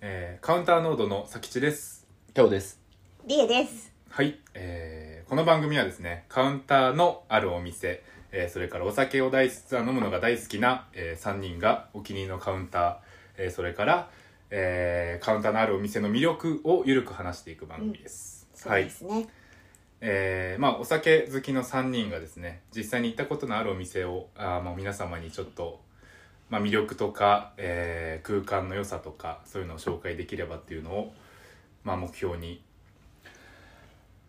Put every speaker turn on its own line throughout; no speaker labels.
えーカウンターノードの佐吉です。
今日です。
りえです。
はい、えーこの番組はですねカウンターのあるお店、えーそれからお酒を大好き飲むのが大好きな、え3人がお気に入りのカウンター、えーそれから、えーカウンターのあるお店の魅力をゆるく話していく番組です。
そうですね。
えーまあ、お酒好きの3人がですね実際に行ったことのあるお店をあーまあ皆様にちょっと、まあ、魅力とか、えー空間の良さとかそういうのを紹介できればっていうのを、まあ、目標に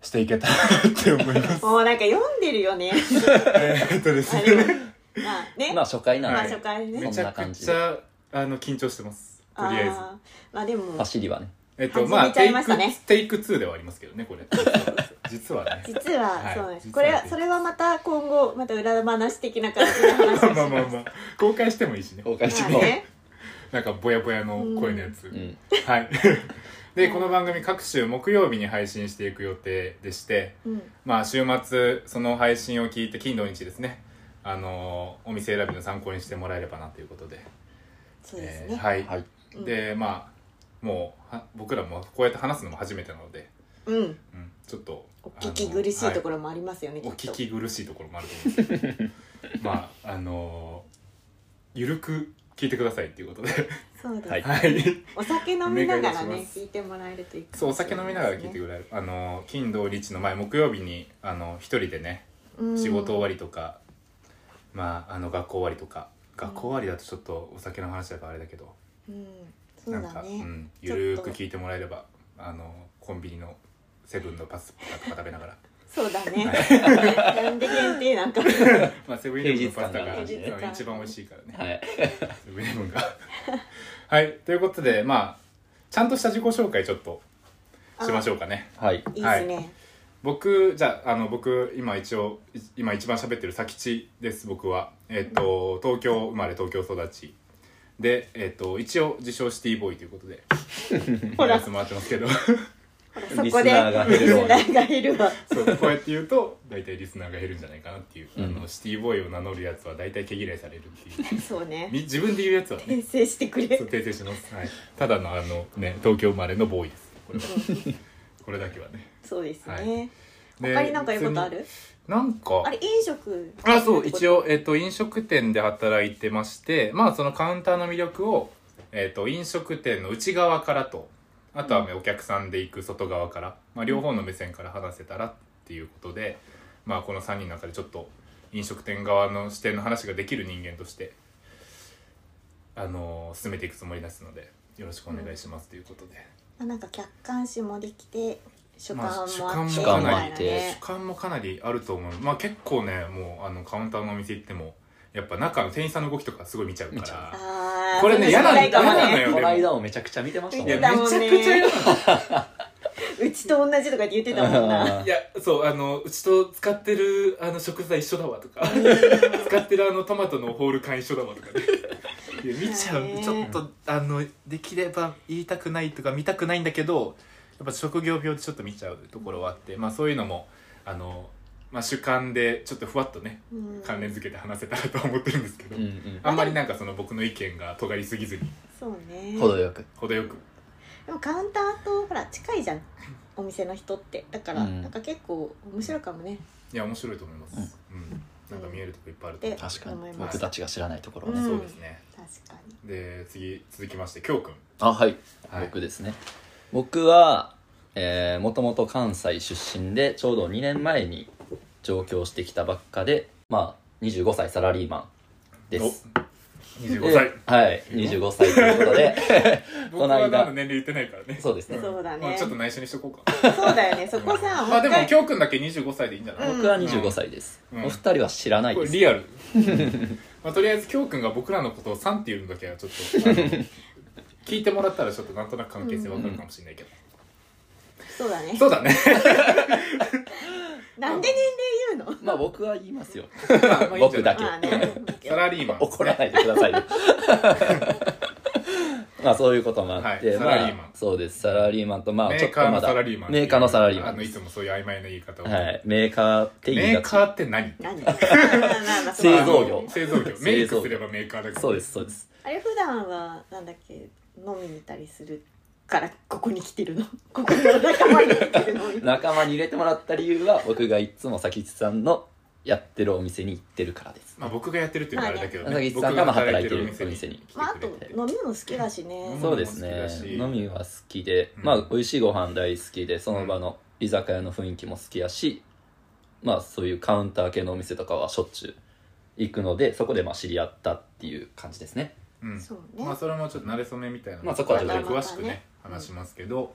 していけたらって思い ます。
もうなんか読んでるよね。
えーっとです
あれを
ね
まあね。
まあ初回なん
まあ
で、
初回ね
めちゃくちゃあの緊張してますとりあえず。
あーまあでも
走りはね。
えっとまあ
始めちゃ
テイ
いました
ク
ね
テイク2ではありますけどねこれ実はね。
実はそうなん
はい
です。これは
実
そ
は
れはまた今後また裏話的な感じの話を し
まあ
ま
まあ
す。
まあまあ公開してもいいしね
公開して
ま
も
あ。ね
なんかぼやぼやの声のやつ。
うん。
はい。で、この番組各週木曜日に配信していく予定でして、
うん
まあ週末、その配信を聞いて、金土日ですね、あのーお店選びの参考にしてもらえればなということで。
そうです
えー
ね。
はい。
はい。
うん
で、まあ、もうは、僕らもこうやって話すのも初めてなので、
うん。
うん、ちょっと。
お聞き苦しいとこ
ろ、
ろもありますよね。
はいお
きっ
聞
と
き苦しいところもあると思うんですけ ど、まあ、あのーゆるく聞いてくださいっていうことで。
そうです
はい。
はい。
お酒飲みながら
お願い
ね
します
聞いてもらえるといいかも
そうお
しれ
酒
な
飲
で
み
すね
ながら聞いてくれるあの金土日の前木曜日にあの一人でね
うん
仕事終わりとか、まああの学校終わりとか学校終わりだとちょっとお酒の話だからあれだけど、
うん。そう
なん
だ
か、
ね。
ん、ゆるーく聞いてもらえればあのコンビニのセブンのパスタとか食べなが ら
そうだね。なんで限定なんか。
まあセブンイレブンのパスタが
平
日感がね
うん一番美味しいからね、
はい。
セブンイレブン がはいということでまあちゃんとした自己紹介ちょっとしましょうかね
はい。
いいですね。
僕じゃああの僕今一応い今一番喋ってる佐吉です僕はえっ、と東京生まれ東京育ちでえっ、と一応自称シティボーイということで
ほら
やつもらってますけど
そこで
リスナーが減
リ
る
ス
わ
ナーが減るわ。
そうこうやって言うと大体リスナーが減るんじゃないかなっていう、あ
う
のシティボーイを名乗るやつは大体毛嫌いされるっていう
そうね。
み自分で言うやつはね
転生してくれ
そう。訂正します、はい、ただのあのね東京生まれのボーイですこれはこれだけはね
そうです
は
ね
い。で
他になんか言うことある？
なんか
あれ飲食。
あそう一
応。
応、えっと飲食店で働いてましてまあそのカウンターの魅力を、えっと飲食店の内側からとあとは、ねお客さんで行く外側から、まあ、両方の目線から話せたらっていうことで、まあ、この3人の中でちょっと飲食店側の視点の話ができる人間として、あのー進めていくつもりですのでよろしくお願いしますということで、
まあなんか客観視もできて主観も
ま
あ
あ
って
主
み
観も
たいな
かなりで
ね
主。観もかなりあると思うまあ結構ねもうあのカウンターのお店行ってもやっぱ中の店員さんの動きとかすごい見ちゃうか
見ちゃ
ら
あー
これね
そ
嫌な
ういうの
嫌な
辛
の
い
よ
か
この間もめちゃくちゃ見てました
いや
見
めちゃ
てたも
く
ん
ち
ね
ゃ嫌な
もねうちと同じとかって言ってたもんな。
あ
のいやそうあのうちと使ってるあの食材一緒だわとか使ってるあのトマトのホール缶一緒だわとかね いや見ちゃう、
ね
ちょっとあのできれば言いたくないとか見たくないんだけどやっぱ職業病でちょっと見ちゃうところはあってまあそういうのもあの、まあ、主観でちょっとふわっとね
うん
関連づけて話せたらとは思ってるんですけど、
ーうんうん。
あんまりなんかその僕の意見が尖りすぎずに
そうね。
程よく。
程よく
でもカウンターとほら近いじゃん。お店の人ってだから
うん
なんか結構面白いかもね。
いや面白いと思います、うんなんか見えるとこいっぱいあると思
で
う
確か
思い
に。
ます
僕たちが知らないところを
うん
ね。
そうですね
確かに。
で次続きましてきょうくん
あ、はい。
はい
僕ですね。僕は、えー、もともと関西出身で、ちょうど2年前に上京してきたばっかで、まあ、25歳サラリーマンです。
お25歳
ではい。25歳ということで、
僕はまだ年齢言ってないからね
そうですね。
そうだね
まあちょっと内緒にしとこうか
そうだよね。そこさ、
まあで
もう
も
一
きょうくんだけ25歳でいいんじゃない、
うん
僕は25歳です。
うん
お二人は知らない
こ
で
れ
す。
リアル、 まあ、とりあえずきょうくんが僕らのことを「さん」って言うのだけはちょっ とあの聞いてもらったらちょっとなんとなく関係性わかるかもしれないけど、
回そうだね
そ。うだね
なんで年齢言うの？
まあ僕は言いますよ。
まあまあいいんじゃな
僕
い
だけ
まあね。
サラリーマン
怒らないでくださいよ まあそういうこともあって、
はいサラリーマン
まあそうですサラリーマンとまあ
メ
ちょ
ー
っ
カ
と
ー
ま
の
だ
サラリーマン
メーカーのサラリーマ
あ
ン
のいつもそういう曖昧な言い方を、
はいメーカーって言い
メー
がち
カーって何
何？ まあまあまあそう
製造業
あの製造業メイクすればメーカーだけど
そうですそうです
あれ普段はなんだっけ飲みに行ったりするからここに来てるの ここの仲間に来てるのみたいな
仲間に入れてもらった理由は僕がいつも崎内さんのやってるお店に行ってるからです
まあ僕がやってるっていうのはあれだけど
まあね
ね。僕が働いてるお
佐々木
店
さんが働いてるお
に
店に
来てく
まああと
れて。
飲み物好きだしね
そうですね飲
飲
みは好きで、
うん
まあ美味しいご飯大好きでその場の居酒屋の雰囲気も好きやし、まあそういうカウンター系のお店とかはしょっちゅう行くのでそこでまあ知り合ったっていう感じですね
うん
そうね
まあそれもちょっと慣れ初めみたいな
まあそこはちょっと
後で詳しくね
またね
話しますけど、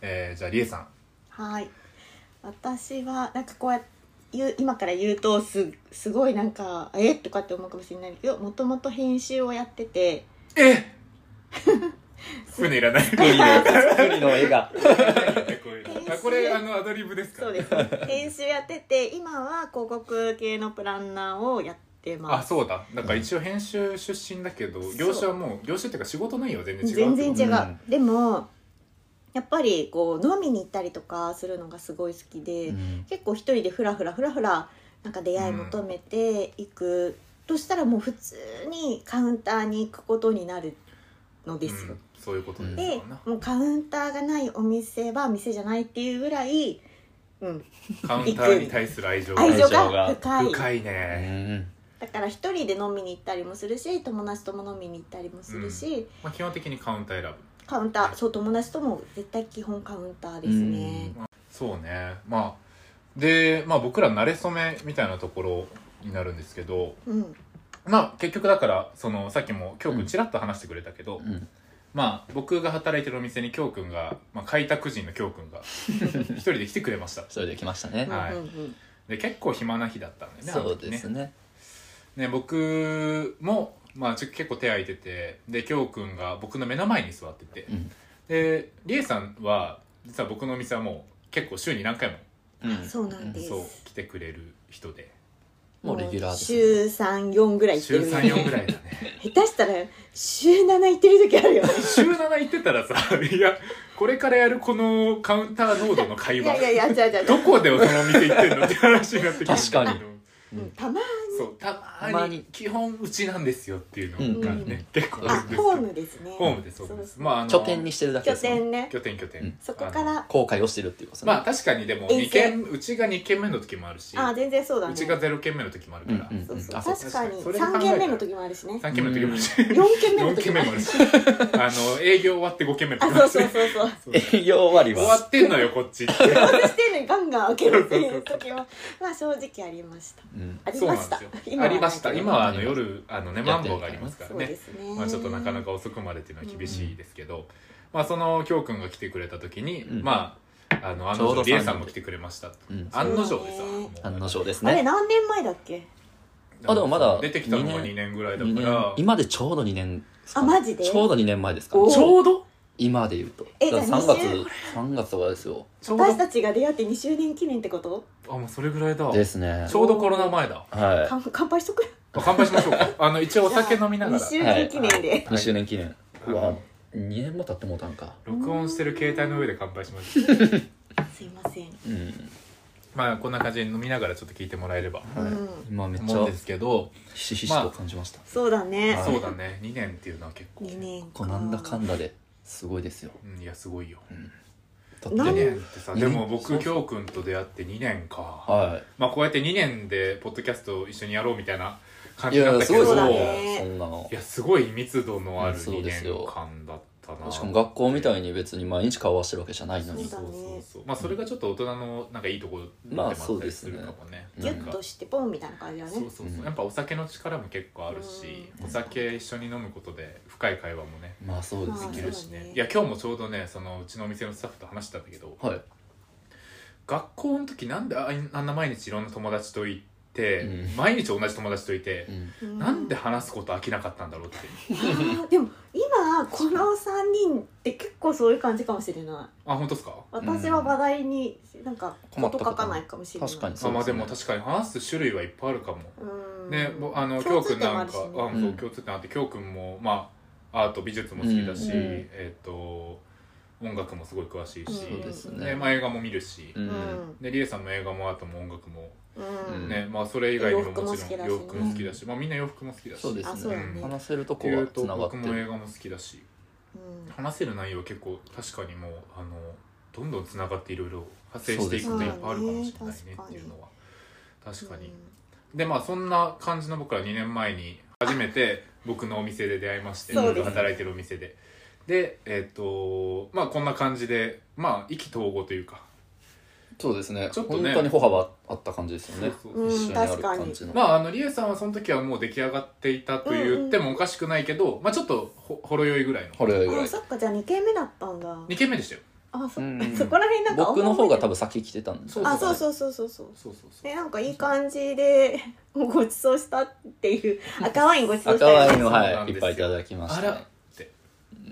えーじゃありえさん
はい私はなんかこうやって言う今から言うとすすごいなんかえとかって思うかもしれないけどもともと編集をやってて
え 船いらないこ
栗の栗の絵が
ういうの あこれあのアドリブですか
そうです 編集やってて今は広告系のプランナーをやって
あ
ます
そうだなんか一応編集出身だけど業種はもう業種っていうか仕事内容は全然違う
全然違う、
うん
でもやっぱりこう飲みに行ったりとかするのがすごい好きで、
うん
結構一人でフラフラフラフラなんか出会い求めていく、としたらもう普通にカウンターに行くことになるのです
う
よ
ん、そういうことです
で
よな、
もうカウンターがないお店は店じゃないっていうぐらい、うん、
カウンターに対する愛情が
愛情
愛情が
が深い
深いうね、
ん
だから一人で飲みに行ったりもするし友達とも飲みに行ったりもするし、
まあ、基本的にカウンター選ぶ
カウンターそう友達とも絶対基本カウンターですね、
そうねまあで、まあ、僕ら慣れ初めみたいなところになるんですけど
うん
まあ結局だからそのさっきも京
う
く
ん
んちらっと話してくれたけど、
うん
まあ僕が働いてるお店に京くんが、まあ、開拓人の京くんが一人で来てくれました
それで来ましたね
うん
はい
うんうん
で結構暇な日だったんだよねあの
そう
時
です
ねね
ね
僕も、まあ、ちょ結構手空いててで京くんが僕の目の前に座ってて、
うん
でりえさんは実は僕のお店はもう結構週に何回も
うん
そうなんです
そう来てくれる人で
もうレギュラーですね
週34ぐらい行って
週
る
34ぐらいだね
下手したら週7行ってる時あるよね
週7行ってたらさいやこれからやるこのカウンター濃度の
い
会話
やいやいやじゃじゃ
どこでそのお店行ってんのって話になってきて
確かに
たま
そうた
た
ま
ま
に
に
基本うちなんですよっていうのが
うん
ね、結構
あ
です
ホームですね
ホームでそうですまああの
拠点にしてるだけ
拠
ですも
点
んね
ね
拠点拠点、
うん
そこか
あの
ら
後悔をしてるっていうことですね
まあ確かにでも
遠
二
征
軒うちが2軒目の時もあるし
あ全然そうだね
うちが0軒目の時もあるから、
うんうん
そうそう
あそう
確かに
確かに
3軒目の時もあるしね
三3軒目の時もあるし
4軒目の
4
時
軒
も
目
あ
もあ
る
る
し
しあの営業終わって5軒目の
あ
時もあ
そう
るし
そうそうそう
営業終わり
終わ
は
ってんのよこっちって
到達してるのにガンガン開けるっていう時はまあ正直ありました
うん
あり
そう
ま
な
し
んで
た
すよ
今
あ
は
りました今はあの
あります
夜あのね
や
マ
っ
ン
て
ボ
る
ウがありますから
そうで
ね
すね
まあちょっとなかなか遅くまでっていうのは厳しいですけど、まあそのきょうくんが来てくれた時に、
うん
まああの案
ちょ
の
うど
定り
三人
えさんも来てくれましたと、
うん
案の定でさ
そうね
案の定です
あれ
ね
何年前だっけ
あでもまだ
出てきたのが2年ぐらいだから
今でちょうど2年ですかね
あマジで
ちょうど2年前ですか
おー
ち
ち
ょ
ょうど
今で言うと
え
だから
じゃあ
3
二
月三月とかですよ
ちょうど
私たちが出会って2周年記念ってこと
あもうそれぐらいだ
ですね
ちょうどコロナ前だ
は
乾乾杯しとく
あ乾杯しましょう かあの一応お酒飲みなが
2
ら
周年記念で
い2周年記念
いう
わ2年も経ってもうたんか
録音してる携帯の上で乾杯しましょう
すいません
うん
まあこんな感じで飲みながらちょっと聞いてもらえれば
う
はい
ん
今めっち
思うん
ゃ
ですけど、
ひしひしと感じました
そうだね
はい
そうだね2年っていうのは結構
2年
こうなんだかんだですごいですよ
うんいやすごいよ
だっ
な
2
ん
て
年ってさでも
そ
僕
うそ
京くんと出会って2年か
は
まあこうやって2年でポッドキャストを一緒にやろうみたいな感
いい
じ
や
だ
い
っ
や
た
す
け
ご
ど
そう
いす
だ
ご
ね
いそんなの
いやすごい密度のある
うんそう
2
ですよ
年間だったな
しかも学校みたいに別に毎日顔合わせるわけじゃない
そ
の
う
に
そうそうそうまあ
ん
それがちょっと大人のなんかいいところでもあったりするかもね
ま
ギ
あそうですね
ュッとしてポンみたいな感じだ
そう
ね
そうそううんやっぱお酒の力も結構あるし
うん
お酒一緒に飲むことで深い会話もね
まあそうです
まあ
で
ね
きるしね
そうだね
いや今日もちょうどねそのうちのお店のスタッフと話してたんだけど
はい
学校の時なんでああんな毎日いろんな友達といて、
うん
毎日同じ友達といて
う、ん
う
なんで話すこと飽きなかったんだろうって
あーでも今この3人って結構そういう感じかもしれない
あ本当ですか
私は話題になんか
困
こ
っ
と
たこと
書かないかもしれない
確かに
あまあ
そ
で
う
も
ですね
確かに話す種類はいっぱいあるかも、
うん
ねぼあの
共
京く
通
ん
点も
な
あ
ん
るし
か
ね
あそううん共通点あって京くんもまあアート美術も好きだし、
うん
えっ、と音楽もすごい詳しいし、
うんそう
です
ね
ね
まあ、映画も見るし、
う
うんん
でリエさんも映画もアートも音楽も、
うん
ねまあそれ以外にももちろん洋
洋
服
服
も好
も好
き
き
だし、まあみんな洋服も好きだし
そうで
っ
あ
す
そう
ね
だね
話せると
て
こ
い
は
う
つ
と
ながっ
僕
て
も
る
映画も好きだし
うん
話せる内容は結構確かにもうあのどんどんつながっていろいろ派生していくこといっぱいあるかもしれないねっていうのは確かに、でまあそんな感じの僕ら2年前に初めて僕のお店で出会いまして
そう
です
働いてるお店ででえっ、とまあこんな感じでまあ意気投合というか
そうですね
ちょっとね
本当に歩幅あった感じですよね
そう
そう
一緒にある感じの、
まああのリエさんはその時はもう出来上がっていたと言ってもおかしくないけど、まあちょっとほほろ酔いぐらいの
ほろ酔いぐら
あ
い
そっかじゃあ2軒目だったんだ
2軒目でしたよ
あそ,、
うん
そこら辺なんか
僕の方が多
分
分先来てたんです
分
あそう
う
そうそうそうそう
そうそうそう
でなんかいい感じで ごちそうしたっていう赤ワインごちそうし
赤
たよね
ワイ
そうな
ンをは
ん
い
ですよ
いっぱいいただきまし
あ
た、
ら
ね、
って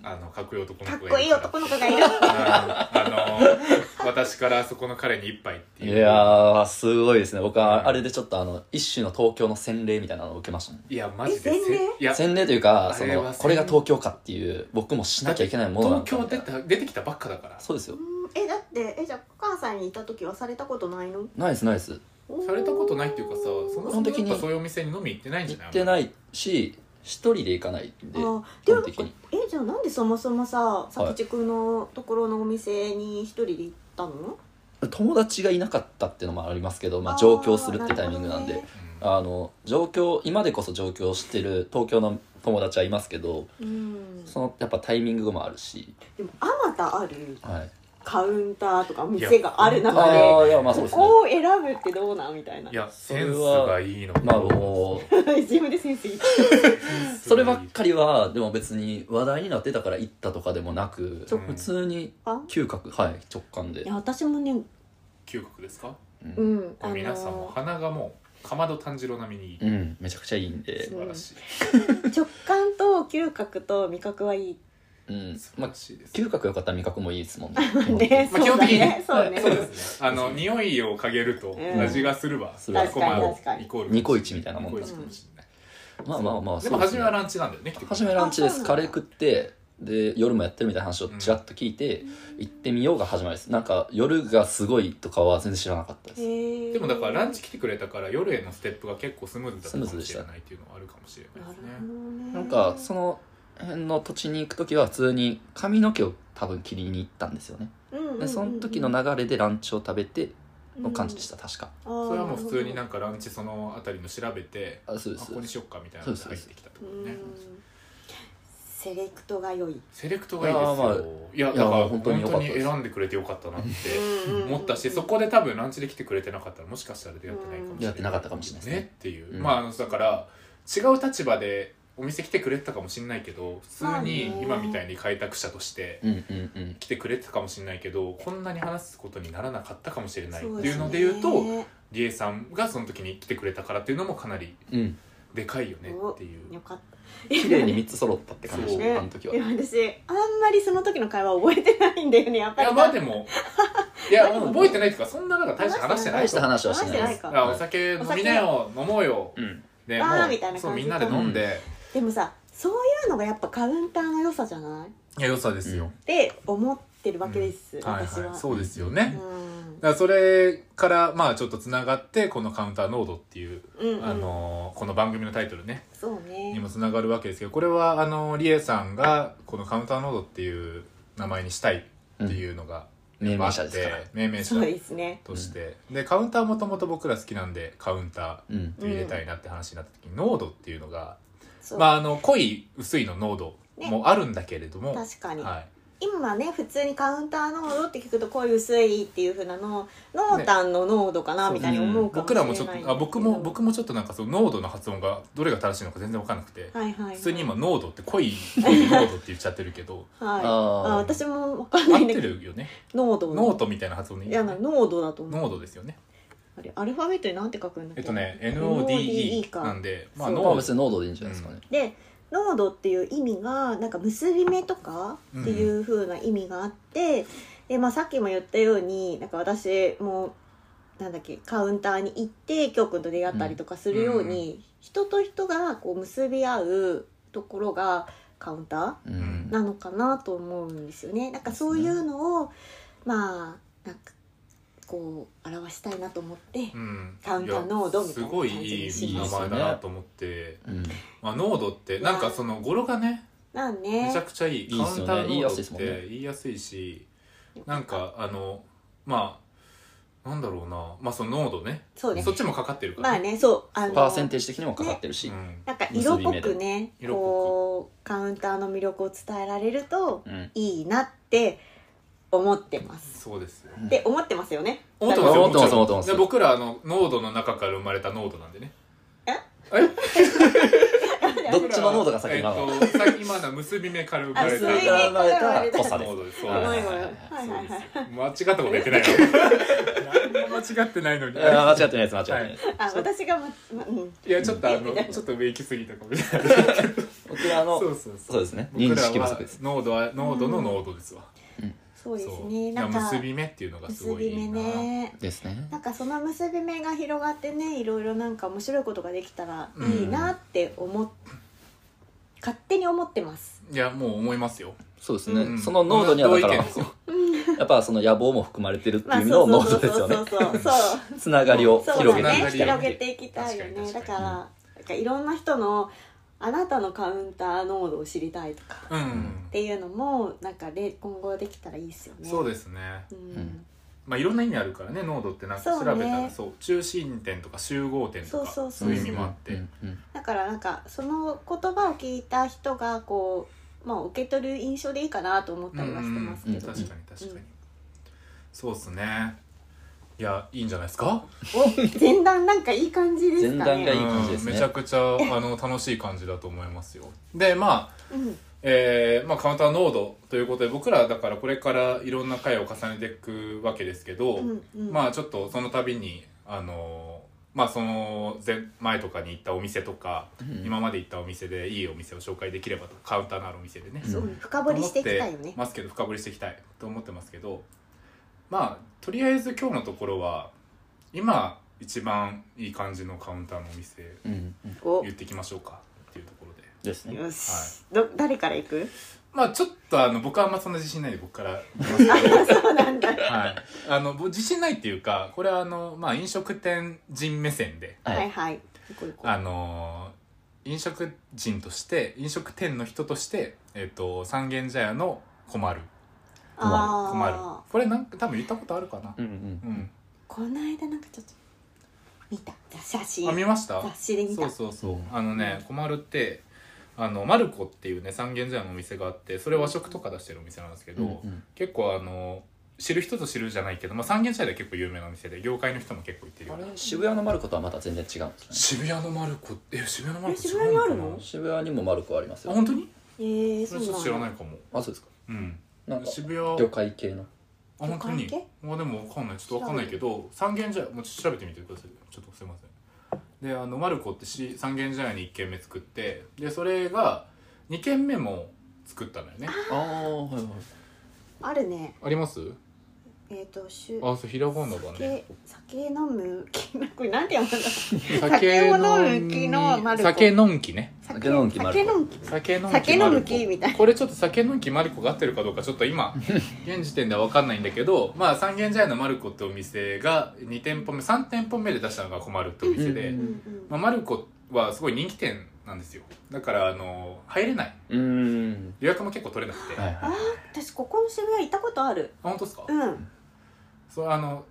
あのかっこいい男の
かっ
子
こいい男の子がいる
ああの私からあそこの彼に一杯って
い
いう
やーすごいですね僕
う
は
ん
あれでちょっとあの一種の東京の洗礼みたいなのを受けましたね
いやマジで
え洗礼
いや
洗礼というか
あ
そ
れは
の
洗礼
これが東京かっていう僕もしなきゃいけないものな
東
ん
京
だみ
出
たいな
た出てきたばっかだから
そうですよ
うんえだってえじゃあ関西にいた時はされたことないの
ナイスナイス
されたことないっていうかさそも
基
そ
本
も
的に
やっぱそういうお店に飲み行ってないんじ
行
ゃない
ってないいし一人で行かないんで
あ
基
でも
本的に
えじゃあなんでそもそもさ
い
佐吉君のところのお店に一人で行ったの、
友達がいなかったっていうのもありますけど、まあ、上京するってタイミングなんで
あーなる
あの上京今でこそ上京してる東京の友達はいますけど
うん
そのやっぱタイミングもあるし、
でもあまたある
はい、
カウンターとか店がある中
いや
で
あーいやまあそ
こ
うですね
こを選ぶってどうなんみたいない
やセ
れは
ンスがいいの
まあもう
自分でセンスいい
そればっかりはでも別に話題になってたから行ったとかでもなく
そう
普通に
あ
嗅覚はい直感で
いや私もね
嗅覚ですか
うん、
うんあのー
皆さんも鼻がもうかまど炭治郎並みにいい
うんめちゃくちゃいいんで
素晴らしい
直感と嗅覚と味覚はいい
うん
素晴
まあ
らしいです
嗅覚良かったら味覚もいいですもんね
ね、
まあ基
そう
本
だ
的に
ねそうね
そうです ねあの匂いを嗅げると
うん
味がするわ
するわ
ここまで
確かに
イコール
ニコイチみたいなもんだ
ニコイチかもしれない
まあまあまあ
で
そ
も
うで
初
す
め
ね
はランチなんだよねきっと
初めランチで
あそ
す
うな
カ
んだ
レー食ってで夜もやってるみたいな話をちらっと聞いて、行ってみようが始まりですなんか夜がすごいとかは全然知らなかったです
へえ
でもだからランチ来てくれたから夜へのステップが結構スムーズだったか
スムーズ
も
で
し
し
れ
た
ないっていうのはあるかもしれ
な
ない
る
です
ほ
ね
どね
なんかその辺の土地に行く時は普通に髪の毛を多分切りに行ったんですよね
うんうんうんう
で
ん
その時の流れでランチを食べての感じでした確か
そ
それはもう普通になん
か
んかランチその辺りの調べてあ
あそうです
ここにしよっかみたいなのが入ってきたってことね
セレクトが良い
セレクトがいいです
いやー
よ
ま
いや
い
だ
や
から
本
本
当
当
に良かった
に
です
選んでくれてよかったなって
うんうんうん
思ったしそこで多分ランチで来てくれてなかったらもしかしたら出会ってないかもしれない
出会ってなかったかもしれないですね
ねっていう
うん
まああのだから違う立場でお店来てくれてたかもしれないけど普
まあ
通
ね
に今みたいに開拓者として
うんうんうん
来てくれてたかもしれないけどこんなに話すことにならなかったかもしれないって
そ
いう
す
の
ね
で言うと理恵さんがその時に来てくれたからっていうのもかなり
うん
でかいよねっていう
よかった
綺麗に3つ揃ったって感じ でしたね
ね
あの時はい
や私あんまりその時の会話覚えてないんだよねやっ
い
ぱり
やまあでもいや覚えてないっていうかそんななんか大して話してない
大した話はし
話して
な
ないい
です
か
あお酒飲みなよ飲もうよ
うん
で
わー
も
みたいな感
う
じ
そうみんなで飲んで
でもさそういうのがやっぱカウンターの良さじゃないっ
いや良さです
よ
て思ってるわけです、
はい
私は、
はいそうですよね
うん
だからそれからまあちょっとつながってこの「カウンターノード」っていう、
うんうん
あのーこの番組のタイトルね
そうね
にもつながるわけですけどこれはあのーリエさんがこの「カウンターノード」っていう名前にしたいっていうのが
命
あ
名
っ
者ですか
て
ら
命名
そう
者
ですね
として、でカウンターもともと僕ら好きなんでカウンタ
うん
ーって入れたいなって話になった時に、濃度っていうのが、
そう、
まああの濃い薄いの濃度もあるんだけれども、
確かに、
はい、
今はね普通にカウンター濃度って聞くとこういう薄いっていうふうなの濃淡の濃度かな、みたいに思うかも
僕
しれな
ら
いん
もち
だけ
ょ
ど、
っとあ僕も僕もちょっとなんかその濃度の発音がどれが正しいのか全然分かんなくて、
はいはい、はい、
普通に今濃度って濃い濃い濃度って言っちゃってるけど
はい
あー
あ私もわかん
合
な
っ
いん
て
だけど
るよね
濃度
ノートみたいな発音でい
い
い
や
よ
な
ね
濃度だと思う
濃度ですよね
あれアルファベットになんて書くんだっけ
えっとね
NODE
NODE なんでまあ
そう
まあ
濃
別
度
に濃度でいいんじゃないですかね
で濃度っていう意味がなんか結び目とかっていう風な意味があって、でまあ、さっきも言ったようになんか私もなんだっけカウンターに行って京君と出会ったりとかするように、人と人がこう結び合うところがカウンタ
う
う
ん
ん
ーなのかなと思うんですよね。なんかそういうのを、まあなんかこう表したいなと思って、
うん
カウンター濃度
いや
みた
す
いな
ご
感
い
じに
い
し
い
ま
名
す
前だなと思って、
うん
まあ、濃度ってなんかその語呂がね
なん
め
ね
ちゃくちゃいい
いいっすよね
カウンター
言い
能
やすい
力っ
ですもんね
て言いやすいしなんかあのまあなんだろうなまあその濃度ね
そうね
そっちもかかってるから
まあねそうあの
パーセンテージ的にもかかってる
う
し、
ん
なんか色濃
結
く
び
ね
で色濃く
こうカウンターの魅力を伝えられると
うん
いいなって思ってます
そうですよ
って思ってますよね
思ってますよ
思ってま
もちろ
す
ん
思ってます
で僕らあの濃度の中から生まれた濃度なんでね
え
どっちの濃度が先なの、
のえっと先今のは結び目から生ま
あ
れ
す
た
ごい
結び目
ね
濃さ
濃
です
度です
ご
そう
めん
です
ごめんはいは
そ
い
うで
はい
す間違ったこと言ってないよ何も間違ってないのに
いや間違ってないです間違ってないです、
あ私がま、まうん、
いやちょっとあのちょっと上行き過ぎたかもしれない
僕らの
そうそう
そうですね
僕
認
ら
識不足
は
です
濃度は濃度の濃度ですわ、
そうです
そう
ね
いや
なんか
結び目っていうのがす
結
ごい
び
い
目
いな
ね
ですね
なんかその結び目が広がってねいろいろなんか面白いことができたらいいなって思っ、勝手に思ってます
いやもう思いますよ
そうですね、
うん
その濃度にはだから
同意
や
見ですよ
っぱその野望も含まれてるって
まあ
いうの
そ
を
うそ
濃
うそ
度
う
です
そうそう
よね
そうそう
つながりを
そう
広
だ
げ
ね
ていきたい
広げていきたいよねだ
確かに確かに
からなんかいろんな人のあなたのカウンター濃度を知りたいとか
うん、
っていうのもなんかれ今後できたらいいですよね
そう
で
ですね
す、うん
うん
まあいろんな意味あるからね濃度ってなんか調
そう
べ
ね
たらそう,、中心点とか集合点とか
そうそうそう
そういう意味もあって、
うんうん
だからなんかその言葉を聞いた人がこう、まあ、受け取る印象でいいかなと思ったりはしてますけ
うん
ど、
確かに確かに、そうっすねいやいいんじゃないですか
お前段なんかいい感じですか
前段がいい
ね。
感じですね
うんめちゃくちゃあの楽しい感じだと思いますよでまあ
うん
えーまあ、カウンター濃度ということで僕らだからこれからいろんな回を重ねていくわけですけど、
うんうん
まあちょっとその度にあのーまあその前前とかに行ったお店とか、
ん
今まで行ったお店でいいお店を紹介できればとカウンターのあるお店でね、
そう深
と
掘り
思
し
って
いきたいよね。
ますけど深掘りしていきたいと思ってますけどまあとりあえず今日のところは今一番いい感じのカウンターのお店
うんうん
お
言ってきましょうかっていうところで。
ですね
よし、ど誰から行く？
まあちょっとあの僕はあんまそんな自信ないんで僕から
そうなんだ。は
はい、あのぼ自信ないっていうかこれはあの、まあ、飲食店人目線で、
はい
いはい。行こう行こう
あのー飲食人として飲食店の人として、えっと三軒茶屋の困る
あー
困るこれなんか多分言ったことあるかな
うんうん
うん、
この間なんかちょっと見た写
あ見
真
ました
雑誌で見
そ
た
う。そうそう、
うん
あのね困るってあのマルコっていうね三軒茶屋のお店があってそれ和食とか出してるお店なんですけど、
うんうん
結構あの知る人ぞ知るじゃないけど、まあ、三軒茶屋では結構有名なお店で業界の人も結構行ってるよ
あ
うな
れ渋谷のマルコとはまた全然違うんですね
渋谷のマルコえ渋谷のマルコ
え渋谷にあるの
違うかな
渋谷にもマルコあります
あ
よ
本当に
ええ
そ
そ
れちょっと知
う
ら
なん
な
だ
い。かも
あそうですか
うん
なんか
渋谷
魚介系の
あ本当に
旅館
まあでもわかんないちょっとわかんないけど三軒茶屋もうちょっと調べてみてくださいちょっとすいませんであのマルコってし三軒茶屋に1軒目作ってでそれが2軒目も作ったのよね
ああはいはい
あるね。
あります
えっとしゅ
あそうひらがなだね
酒酒飲む気なこれなんて読むんだ。
酒
酒
飲
を
む
飲む
気
気
の
の
マ
マ
ル
ル
コ
コ
酒飲む気ね
酒飲む気マル
酒
コ
飲む気
酒飲む気
酒飲む気
マルコ
みたいな
これちょっと酒飲む気マルコが合ってるかどうかちょっと今現時点では分かんないんだけどまあ三軒茶屋のマルコってお店が2店舗目3店舗目で出したのが困るってお店で、
うん
うん
まあ、マルコはすごい人気店なんですよだからあの入れないう
ーん
予約も結構取れなくて、
はい
あ
はい
私ここの渋谷行ったことある。
本当ですか、
うん。
そうあの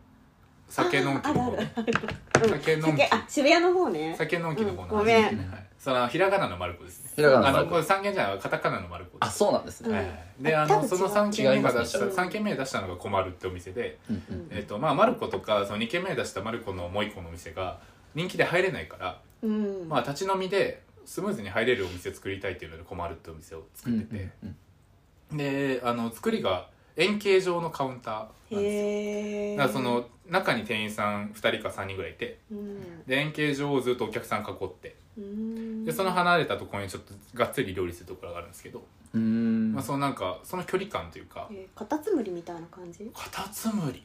酒飲む気の方ね酒飲む
酒あ
気
渋谷の方ね。
酒飲む気の方
うん
なん
ご
で
めん
すね、はい、そのひらがなのマルコですね
ひらがな
あ
のマル
のこ
コ
れ三軒じゃないカタカナのマルコで
あ
す
そうなんですね
うん
はいはいで
あ
あの
多分
その
違う
3軒目が出した
違いますね
3軒目出したのが困るってお店で、
うんう
うんん
えっとまあ、マルコとかその2軒目出したマルコのもう1個のお店が人気で入れないから、
うん。
まあ、立ち飲みでスムーズに入れるお店作りたいっていうので困るってお店を作ってて、
うん
であの作りが円形状のカウンターなんですよ
へえ。
だからその中に店員さん2人か3人ぐらいいて
うん。
で円形状をずっとお客さん囲って
うん。
でその離れたところにちょっとがっつり料理するところがあるんですけど、
うんうん
まあ、そのなんかその距離感というか
えーカタツムリみたいな感じ？
カタツムリ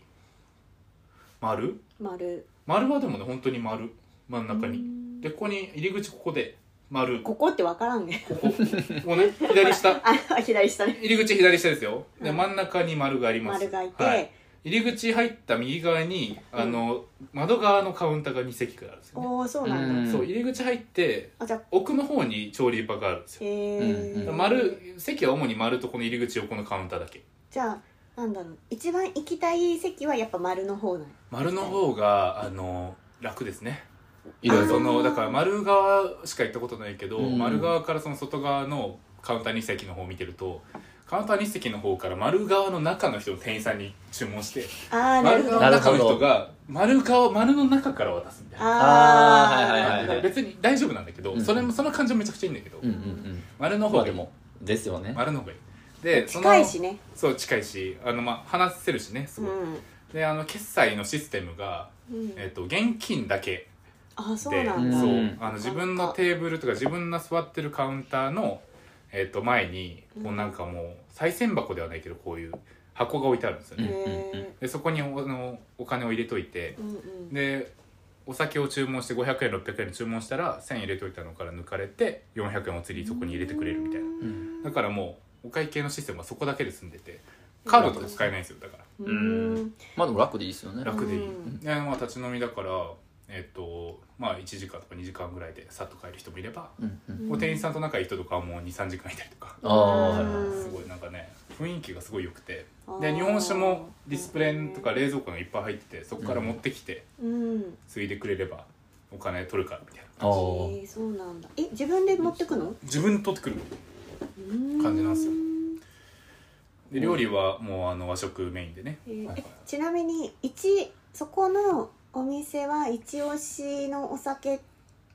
丸
丸。
丸はでもね本当に丸真ん中
う
に
ん
でここに入り口ここで丸こ
ここってわからんね。
こここね左下
あ、左下ね。
入り口左下ですよで
うん
真ん中に丸があります
丸がいて、
はい、入り口入った右側にあの窓側のカウンターが2席くらいあるんですよね、
おおそうなんだ、
うん
そう入り口入って
あじゃあ
奥の方に調理場があるんですよ
へえ、
うんうん
丸席は主に丸とこの入り口横のカウンターだけ
じゃあなんだろう一番行きたい席はやっぱ丸の方なの
丸の方があの楽ですね
いろい
そ
ろ
のだから丸側しか行ったことないけど、
うん
丸側からその外側のカウンター2席の方を見てるとカウンター2席の方から丸側の中の人の店員さんに注文して
ああな
丸
るほ
側
ど
の
あ
中の人が丸側丸の中から渡すみたいな
あー
あーはいはいはいはい
別に大丈夫なんだけど、
うん
それもその感じもめちゃくちゃいいんだけど、
うんうんうん
丸の
ま
方
あ
で
で
も
もですよね
丸の方がいいでその
近いしね
そう近いしあの、まあ、話せるしねす
う
ごい、
ん、
であの決済のシステムが、
うん、
えっと現金だけ
あそう
で
なんだ
そう
うん
あの自分のテーブルとか自分の座ってるカウンターの、えっと前にこ
う
うんなんかもう賽銭箱ではないけどこういう箱が置いてあるんですよ
う
ね、
ん
へえ
でそこにおあのお金を入れといて
うんうん
でお酒を注文して500円600円注文したら1000円入れといたのから抜かれて400円お釣りそこに入れてくれるみたいな
うん
だからもうお会計のシステムはそこだけで済んでてカードとか使えないんですよだから
う
うん
ん
まあでも楽でいいですよね
楽でいい、
うん
でまあ立ち飲みだからえっとまあ1時間とか2時間ぐらいでさっと帰る人もいれば、
うんうん
こう店員さんと仲いい人とかはもう23時間いたりとか、
ああはいはい
うん
すごいなんかね雰囲気がすごい良くて
あ
で
ー
日本酒もディスプレイとか冷蔵庫がいっぱい入っててそこから持ってきて
うん
ついでくれればお金取るからみたいな
あー
えーそうなんだえ自分で持ってくの
自分で取ってくる感
感
じなんですよで料理はもうあの和食メインでね、
えー
はい
えちなみに一そこのお店は一押しのお酒っ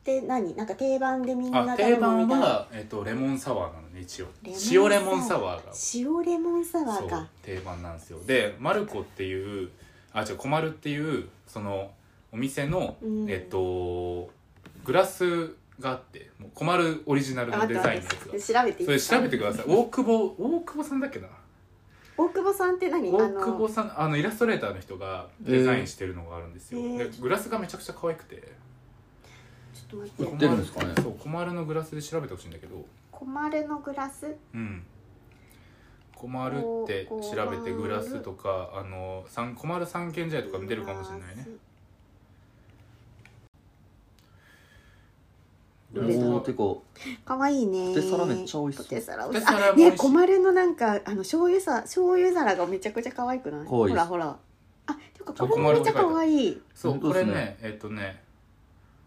て何なんか定番でみん
あ
な
定
頼む
番
みたいな
は、えっとレモンサワーなのね一応
レモンサワ
塩
ー
レモンサワーが
塩レモンサワ
そ
ー
う
か
定番なんですよでマルコっていうあ違うコマルっていうそのお店の、
うん
えっとグラスがあってもうコマルオリジナル
あ
の
っ
デ
たあ
ザインのやつが
った調べていい
それ調べてください大久保大久保さんだっけな
大久保さんって何
大
あ
久保
の
さんあのイラストレーターの人がデザインしてるのがあるんですよ、
えー
でグラスがめちゃくちゃ可愛くて
ちょっと待
売
っ
っててるんですかね
そうコマルのグラスで調べてほしいんだけど
小丸のグラス
うん「コマル」って調べてグラスとかあの三コマル三軒茶屋とか出るかもしれないね
お
出た
おーてか
かわいいね
ポテサラめっちゃ美味し
ポ
そう
テサラ
ポ
美
テ
味し
サ
い
ラ
あ
も美味しい
ね小丸のなんかあの醤油さ醤油皿がめちゃくちゃ可愛くない
可愛い
ほらほらあていうか
あ
これもめっちゃ可愛い
そう、
本
こ
当で
れ
すね
ね、えっとね、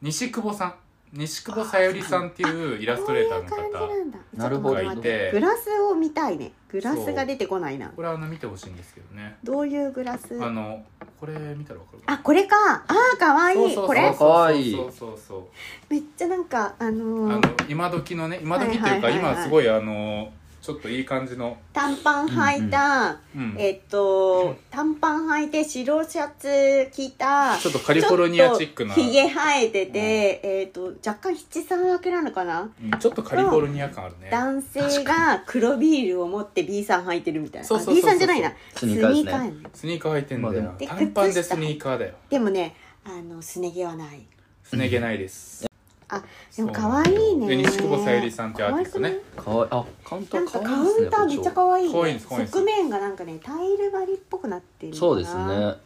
西久保さん。西久保さゆりさんっていうイラストレーターの
こういう感じ
方
なんだ
なるほど
がいて
グ、ラスを見たいねグラスが出てこないな
これあの見てほしいんですけどね。
どういうグラス
あの、これ見たらわかるか
あ
な。
これかあーかわい
そう
い
そう
これ
かわいい
そうそうそう
めっちゃなんかあ
そう。あ
の
の
ー、
今時のね、今時っていうか、
はいはいはいはい
今すごいあの、ちょっといい感じの、
短パン履いた、
うん。
えっと短パン履いて白シャツ着た
ちょっとカリフォルニアチックな、
ちょっとひげ
う
生えてて、えっと若干七三分けなのかな、
んちょっとカリフォルニア感あるね。
男性が黒ビールを持って B さん履いてるみたいな
そう
あ
そうそう
B
そう
さんじゃないな
スニーカーですね
スや
スニーカー履いてんだよ
まあ
な。
でも
短パンで
で
スニーカーだよ。
でもねあのすね毛はない
すね毛ないです。
あでも可愛いね
で西久保さゆりさんってアーティストね。
かわいあカウンタ
な
ー
んか
か
カ
わい
ウ
い
ンターめっ
です
ちゃ
ね
可愛い,、
可愛いんです可愛いんです
側面がなんかねタイル張りっぽくなってるのかな
そうですね
なんか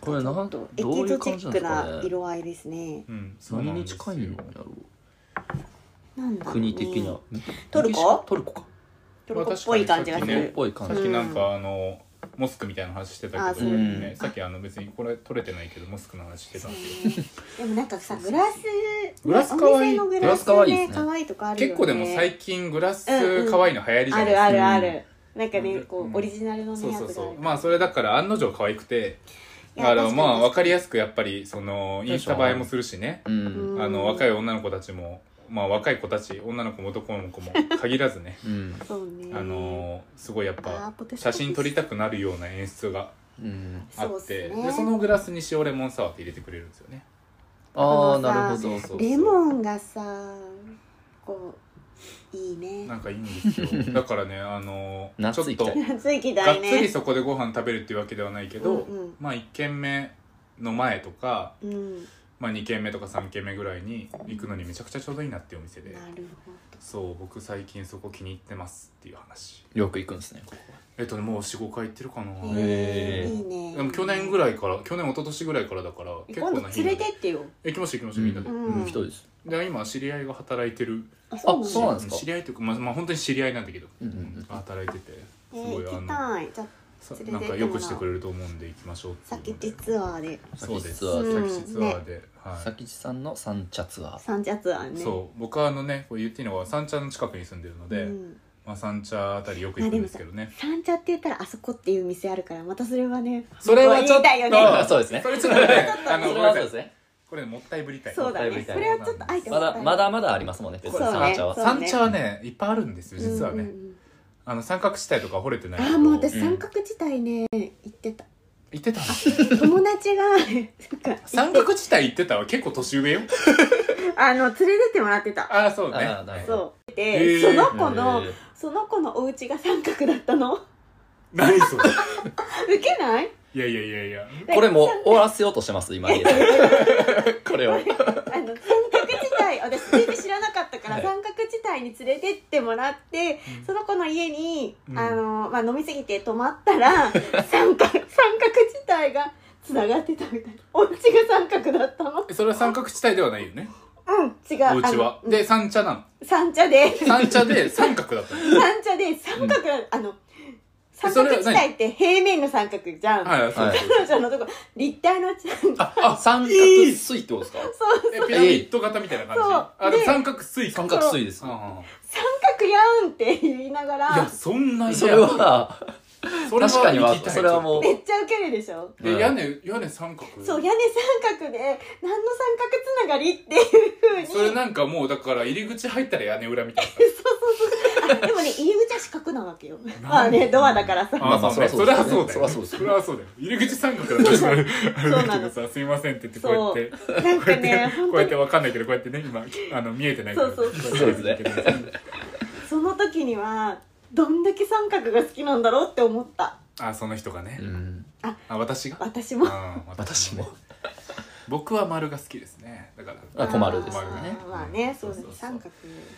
これなん
ちょっとエ
どう
キ
いう
ゾチ
感じな
ッ
んで
ク
すかね
な色合いですね
うん、そうな
何
ん
に
ですよ
近いんやろ
なんだ
う
ろう、ね、
国的には
トルコ
トルコか
トルコっぽい感じがす
ト
確か
る、
に
ルコっぽい感
さ
じ
っ
う
き
ん
なんかあの、モスクみたいな話してた
あ
け
そ
ど、
う
ね
うん
さっきあの別にこれ取れてないけどモスクの話してたんですよ
でもなんかさグラス
グラス可愛い
お店のグ
グラ
ラ
ス
ス
可愛いで
ね
すね
可愛いとかあるよね
結構でも最近グラス可愛いの流行りじゃな
あ
いです
る
か、
あるある、なんかね
うん
こ
うん
うオリジナルのね
そう
やつ
そ
が
う
あ
そ
る
う
ま
まあそれだから案の定可愛くて
いや
あの
確かに
まあ分かりやすくやっぱりそのインスタ映えもするしね、
う
うんん
あの若い女の子たちもまあ若い子たち女の子も男の子も限らずね
うん
そうね
あのすごいやっ
あー
ぱ
ポテト
写真撮りたくなるような演出が
うん
あ
そう
っ
ってす
そ
ね
でそのグラスに塩レモンサワーって入れてくれるんですよね
ああ
このさ
なるほど
そう
レモンがさこういいね
なんかいいんですよだからねあのちょ
夏
っ
行き
と
たい
夏行き
が
た
っ
い
つり
ね
そこでご飯食べるっていうわけではないけど、
うんうん
まあ1軒目の前とか、
うん
まあ、2軒目とか3軒目ぐらいに行くのにめちゃくちゃちょうどいいなっていうお店で
なるほど
そう僕最近そこ気に入ってますっていう話
よく行くんですねこ
えっとねもう45回行ってるかな、
へえ
いいね
でも去年ぐ
い
らいから去年一昨年ぐらいからだから結構
今度
な
連れて
で
ってよ
行きました行きまし
こ
たみんなで、
うん
一人です
で今知り合いが働いてる
あ
あそうなんですか
知り合いというかまあ、まあ、本当に知り合いなんだけど、
うんうんうん
働いててす
えー
ごい、
行き
あの
たいじゃあ
さ
連れてっても
な
ら
ん
おう
かよくしてくれると思うんで行きましょうっていう
酒
ので
地ツアーで
そうです
酒
地ツアー
酒地ツアーで、はい
佐吉さんの三茶ツアー
三茶ツアーね
そう僕はあのねこう言っていいのは三茶の近くに住んでるので、
うん
まあ、三茶あたりよく行くんですけどね
三茶って言ったらあそこっていう店あるからまたそれはね
それはちょっと
言いたいよね
そうですね
それちょっとねあのご
そ
め
れ
んな
は
さい
そうですね
これもったいぶりたい
そうだ
もったいぶ
ね
りた
そ
い
れはちょっとあえて
まだまだまだありますすもんね別
こ
に
れ
そうね
三茶は
そう
三茶はねいっぱいあるんですよ実はね、あの三角地帯とか掘れてないけど
ああもう私
うん
三角地帯ね行ってた
行ってたの
友達がなんか
三角地帯行ってたわ結構年上よ
あの連れてってもらってた
ああそうね
ああなるほど
そう
へ
で
ー
その子の
えー
その子のお家が三角だったの
何それ
ウケない
いやいやいやいや
これもう終わらせようとしてます今これ を
あの三角地帯私全然知らなかったから、
はい
三角地帯に連れてってもらって、
うん
その子の家に、
うん
あのまあ、飲みすぎて泊まったら 三角三角地帯がつながってたみたいなお家が三角だったの
それは三角地帯ではないよね
うん違う
お家は
あの
で三茶なの
三茶で
三茶で三角だった の
三茶で三角、あの三角地帯って平面の三角じゃん
はいはいそう
はい
です
彼女のとこ立体のちゃんと
あ
あ
あ
三角錐ってことですか
そう
えピラミッド型みたいな感じ
そう
あでも
で
三角錐か
三角錐です
あ
三角やんって言いなが
あいや
ら
そんな
それは
それは
確かには
行きたい
それはもう
めっちゃウケるでしょ
で屋根屋根三角
そう屋根三角で何の三角つながりっていう
そ
風
れ
に
なんかもうだから入り口入ったら屋根裏みたいな
あでもね入り口は四角なわけよまあねドアだからさ
まあまあ
そうね
そ
そ
り
れ
ゃ
は
そ
そうう
だ
だ
よ
よ。
ねそ
そ
り
れ
ゃ
はそうだよ。入り口三角だから、あれだけどさ、すいませんって言って、こうやって、
なんかね
こ
本
う
当
やっ
に
てわかんないけど、こうやってね、今、あの、見えてないから。
そうそう
そうそうです
ね。
その時にはどんだけ三角が好きなんだろうって思った
あ、その人がね
う。ん
あ、私が。
私も
あ
私も。
僕は丸が好きですね。だから。
あ困るですね
あーまあねそうです
そうそうそう
三角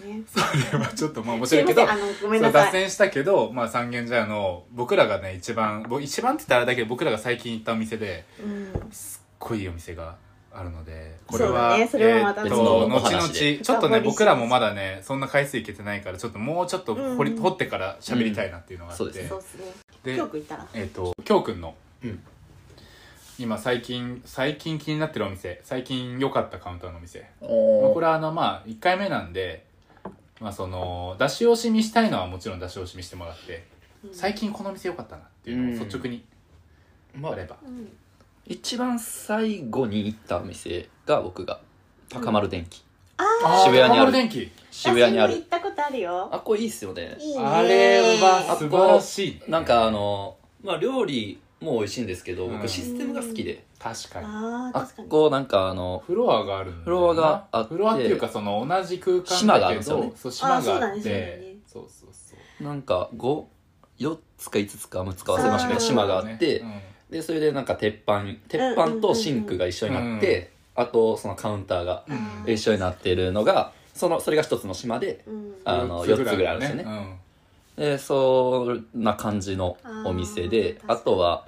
ね
それはちょっと、まあ、面
す
白
い
い
ま
けど
せん。あのご
そ
め
うん
な
脱
さい
線したけど、まあ、三軒茶屋の僕らがね一番僕一番って言ったらあれだけど僕らが最近行ったお店で
うん
すっごいいいお店があるのでこれ
そうだ
は、
ねそれはまた
えーっ
別の
と
お
後
話
々
で
ちょっとね
深掘りします
僕らもまだねそんな回数いけてないからちょっともうちょっと掘り、
うん
掘ってから喋りたいなっていうのがあって、
うんそうです
そうですね
で
今日行ったら
えーっと京くんの、
うん
今最近最近気になってるお店最近良かったカウンターのお店まあ
お
これはあのまあ1回目なんで、まあ、その出し惜しみしたいのはもちろん出し惜しみしてもらって
うん
最近この店良かったなっていうのを率直に
ま
あ
あ
れば、
うん
一番最後に行ったお店が僕が高丸電機
あー
渋谷に
高
ある
丸電気
渋谷にあ
私も
る
行ったことあるよ
あっこいいっすよね
いいね
あれは素晴らしいね
なんかあのまあ料理も美味しいんですけど
うん
僕システムが好きで
確かに
ああ
あっ
確かに
こなんかあの
フロアがあるんだよな
フロアがあって
フロアっていうかその同じ空間だけど
島があるんですよね
そう島
あそう
が
だ
あ
ね
っ
そうだね
てそうそうそう
なんか54つか5つか6つか忘れましたけど
あー
島があって、
うん
でそれでなんか鉄板鉄板とシンクが一緒になって、
うんうんうん
あとそのカウンターが
うん
一緒になっているのがそのそれが一つの島で
うん
あの4つぐらいあるんですよね
うん
でそんな感じのお店で
あー
あとは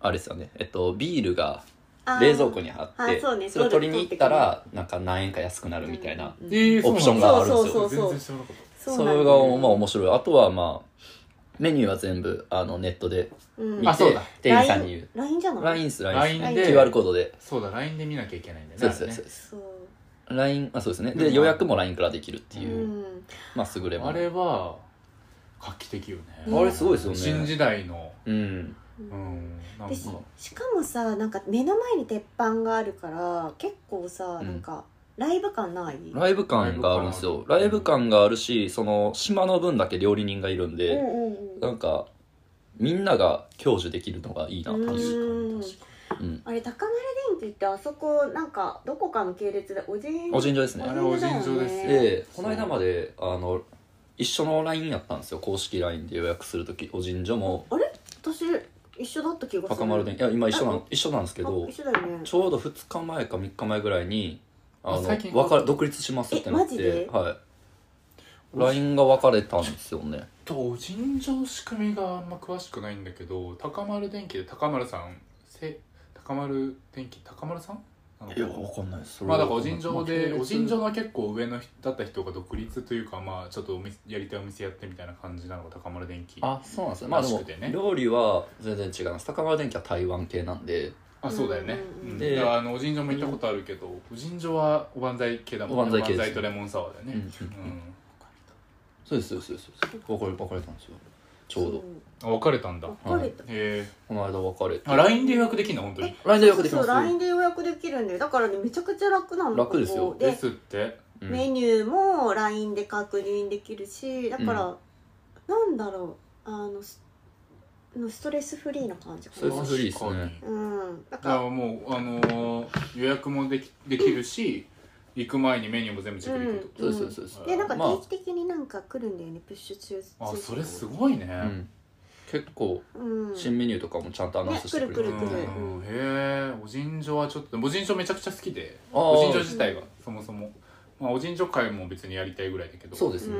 あれですよねえっとビールが
あー
冷蔵庫にあって
あーそうね
それを取りに行ったらなんか何円か安くなるみたいな、
うん
えーそうなんだ
オプションがあるんですよ
そうそうそう
全然知らなかっ
それがまあ面白いあとはまあメニューは全部あのネットで
うん
見
あ
て
そうだ
店員さんに言う
LINE じゃない
LINE っす LINE っ
LINE
す
で
QR コードで
たそうだ LINE で見なきゃいけないんだよ
そ
ね
うですそうです
あれね
そ
そうです
う
LINE あそうですね
う
で
ん
予約も LINE からできるって
う
いうんまあ優れも
あ
の
れは画期的よね
あれ
すごいですよね
新時代の
うん
うんなんか
でししかもさなんか目の前に鉄板があるから結構さ、
うん
なんかライブ感ない
ライブ感があるんですよラ
ラ
イ
イ
ブ
ブ感
感があるしその島の分だけ料理人がいるん
う
で
んうんう
なんんかみんなが享受できるのがいいなっていう
うん
うん
あれ高丸電機ってあそこなんかどこかの系列でおじん
お尋常です
あ
ね
れお尋常ですよ
でこの間まであの一緒の LINE やったんですよ公式 LINE で予約する時お尋常も
あれ私一緒だった気がする
高丸でいや今一緒なん一緒なんですけ
あ
ど
一緒だよね
ちょうど2日前か3日前ぐらいにあ
あ
の
最近
別れ独立しますってなっ
えマジで
てはい LINE が別れたんですよね
と尋常仕組みがあんま詳しくないんだけど高丸電機で高丸さんせ高丸電機高丸さんなのかな
かんないです
まあだからお尋常でお尋常
の
の結構上の人だった人が独立というかまあちょっとお店やりたいお店やってみたいな感じなのが高丸電機
あそうなんですねまあで
らしくてね
も料理は全然違います高丸電機は台湾系なんで
あそうだよね、
うん
うん
で
だからあのお尋常も行ったことあるけど、お尋常はおばんざい系だもんね
おばんざい系です
おばんざいとレモンサワーだよね、
うんそうですそうですそうです別れ別れたんですよちょうど
うんあ別れたんだへ
そう別れた
え
この間別れて
あ LINE で予約できるの本当に
LINE で予約でき
そ
ま
う
す
LINE で予約できるんでだからねめちゃくちゃ楽なの
楽ですよ
ここで
ですって
うん
メニューも LINE で確認できるしだから、なんだろうあのスのストレスフリーな感じか
ストレ
な
スフリーっすね
確かに
うんだ
だから
か
もう、あのー予約もできできるし行く前にメニューも全部チェックできるってこと
そうですそうですそうです
らでなんか
まあ
定期的になんか来るんだよねプッシュ中
あそれす
い、
ごいね、
うん結構
うん、
新メニューとかもちゃんとアナウンスしてくれて
ね来る来る来る
うんへえお尋常はちょっとお尋常めちゃくちゃ好きで
あー
お尋常自体がそもそも、まあ、お尋常会も別にやりたいぐらいだけど
そう
で
ですね、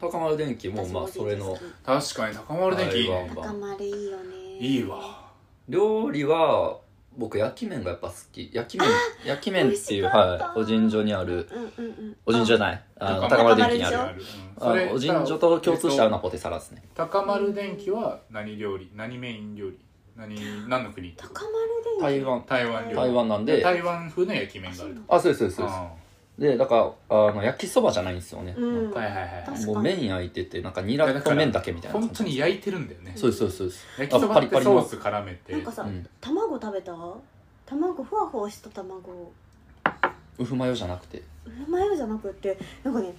高丸電機もまあそれの
す確かに高丸電機いい
はい
ね
わ
高まるいいよね
いいわ
料理は僕焼き麺がやっぱ好き焼き麺焼き麺ってい
美
う
味しかった
はいお尋常にある
うんうんうん
お尋常じゃ
あ
ないあの
高
高
丸
丸
で
電機にあ
し
る
ょ
る、うん
あのお尋常と共通したようなポテサラですね
高丸電機は何料理何メイン料理何何の国ってこと
高まるでいい
台湾
台湾料理
台湾なんで
台湾風の焼き麺があると
あそうですそうですそうです
あ
でだからあの焼きそばじゃないんですよね、
うん
ーはいはいはい
確かに
もう麺焼いててなんかニラ
だか
と
ら
麺だけみたいな
本
感
当
じ
に焼いてるんだよね
そうですそうですそうです
焼きそばって
あパリパリ
ソ
の
ース絡めて
なんかさ、
うん
卵食べた卵ふわふわした卵
うふまよじゃなくて
マヨじゃなくってなんかね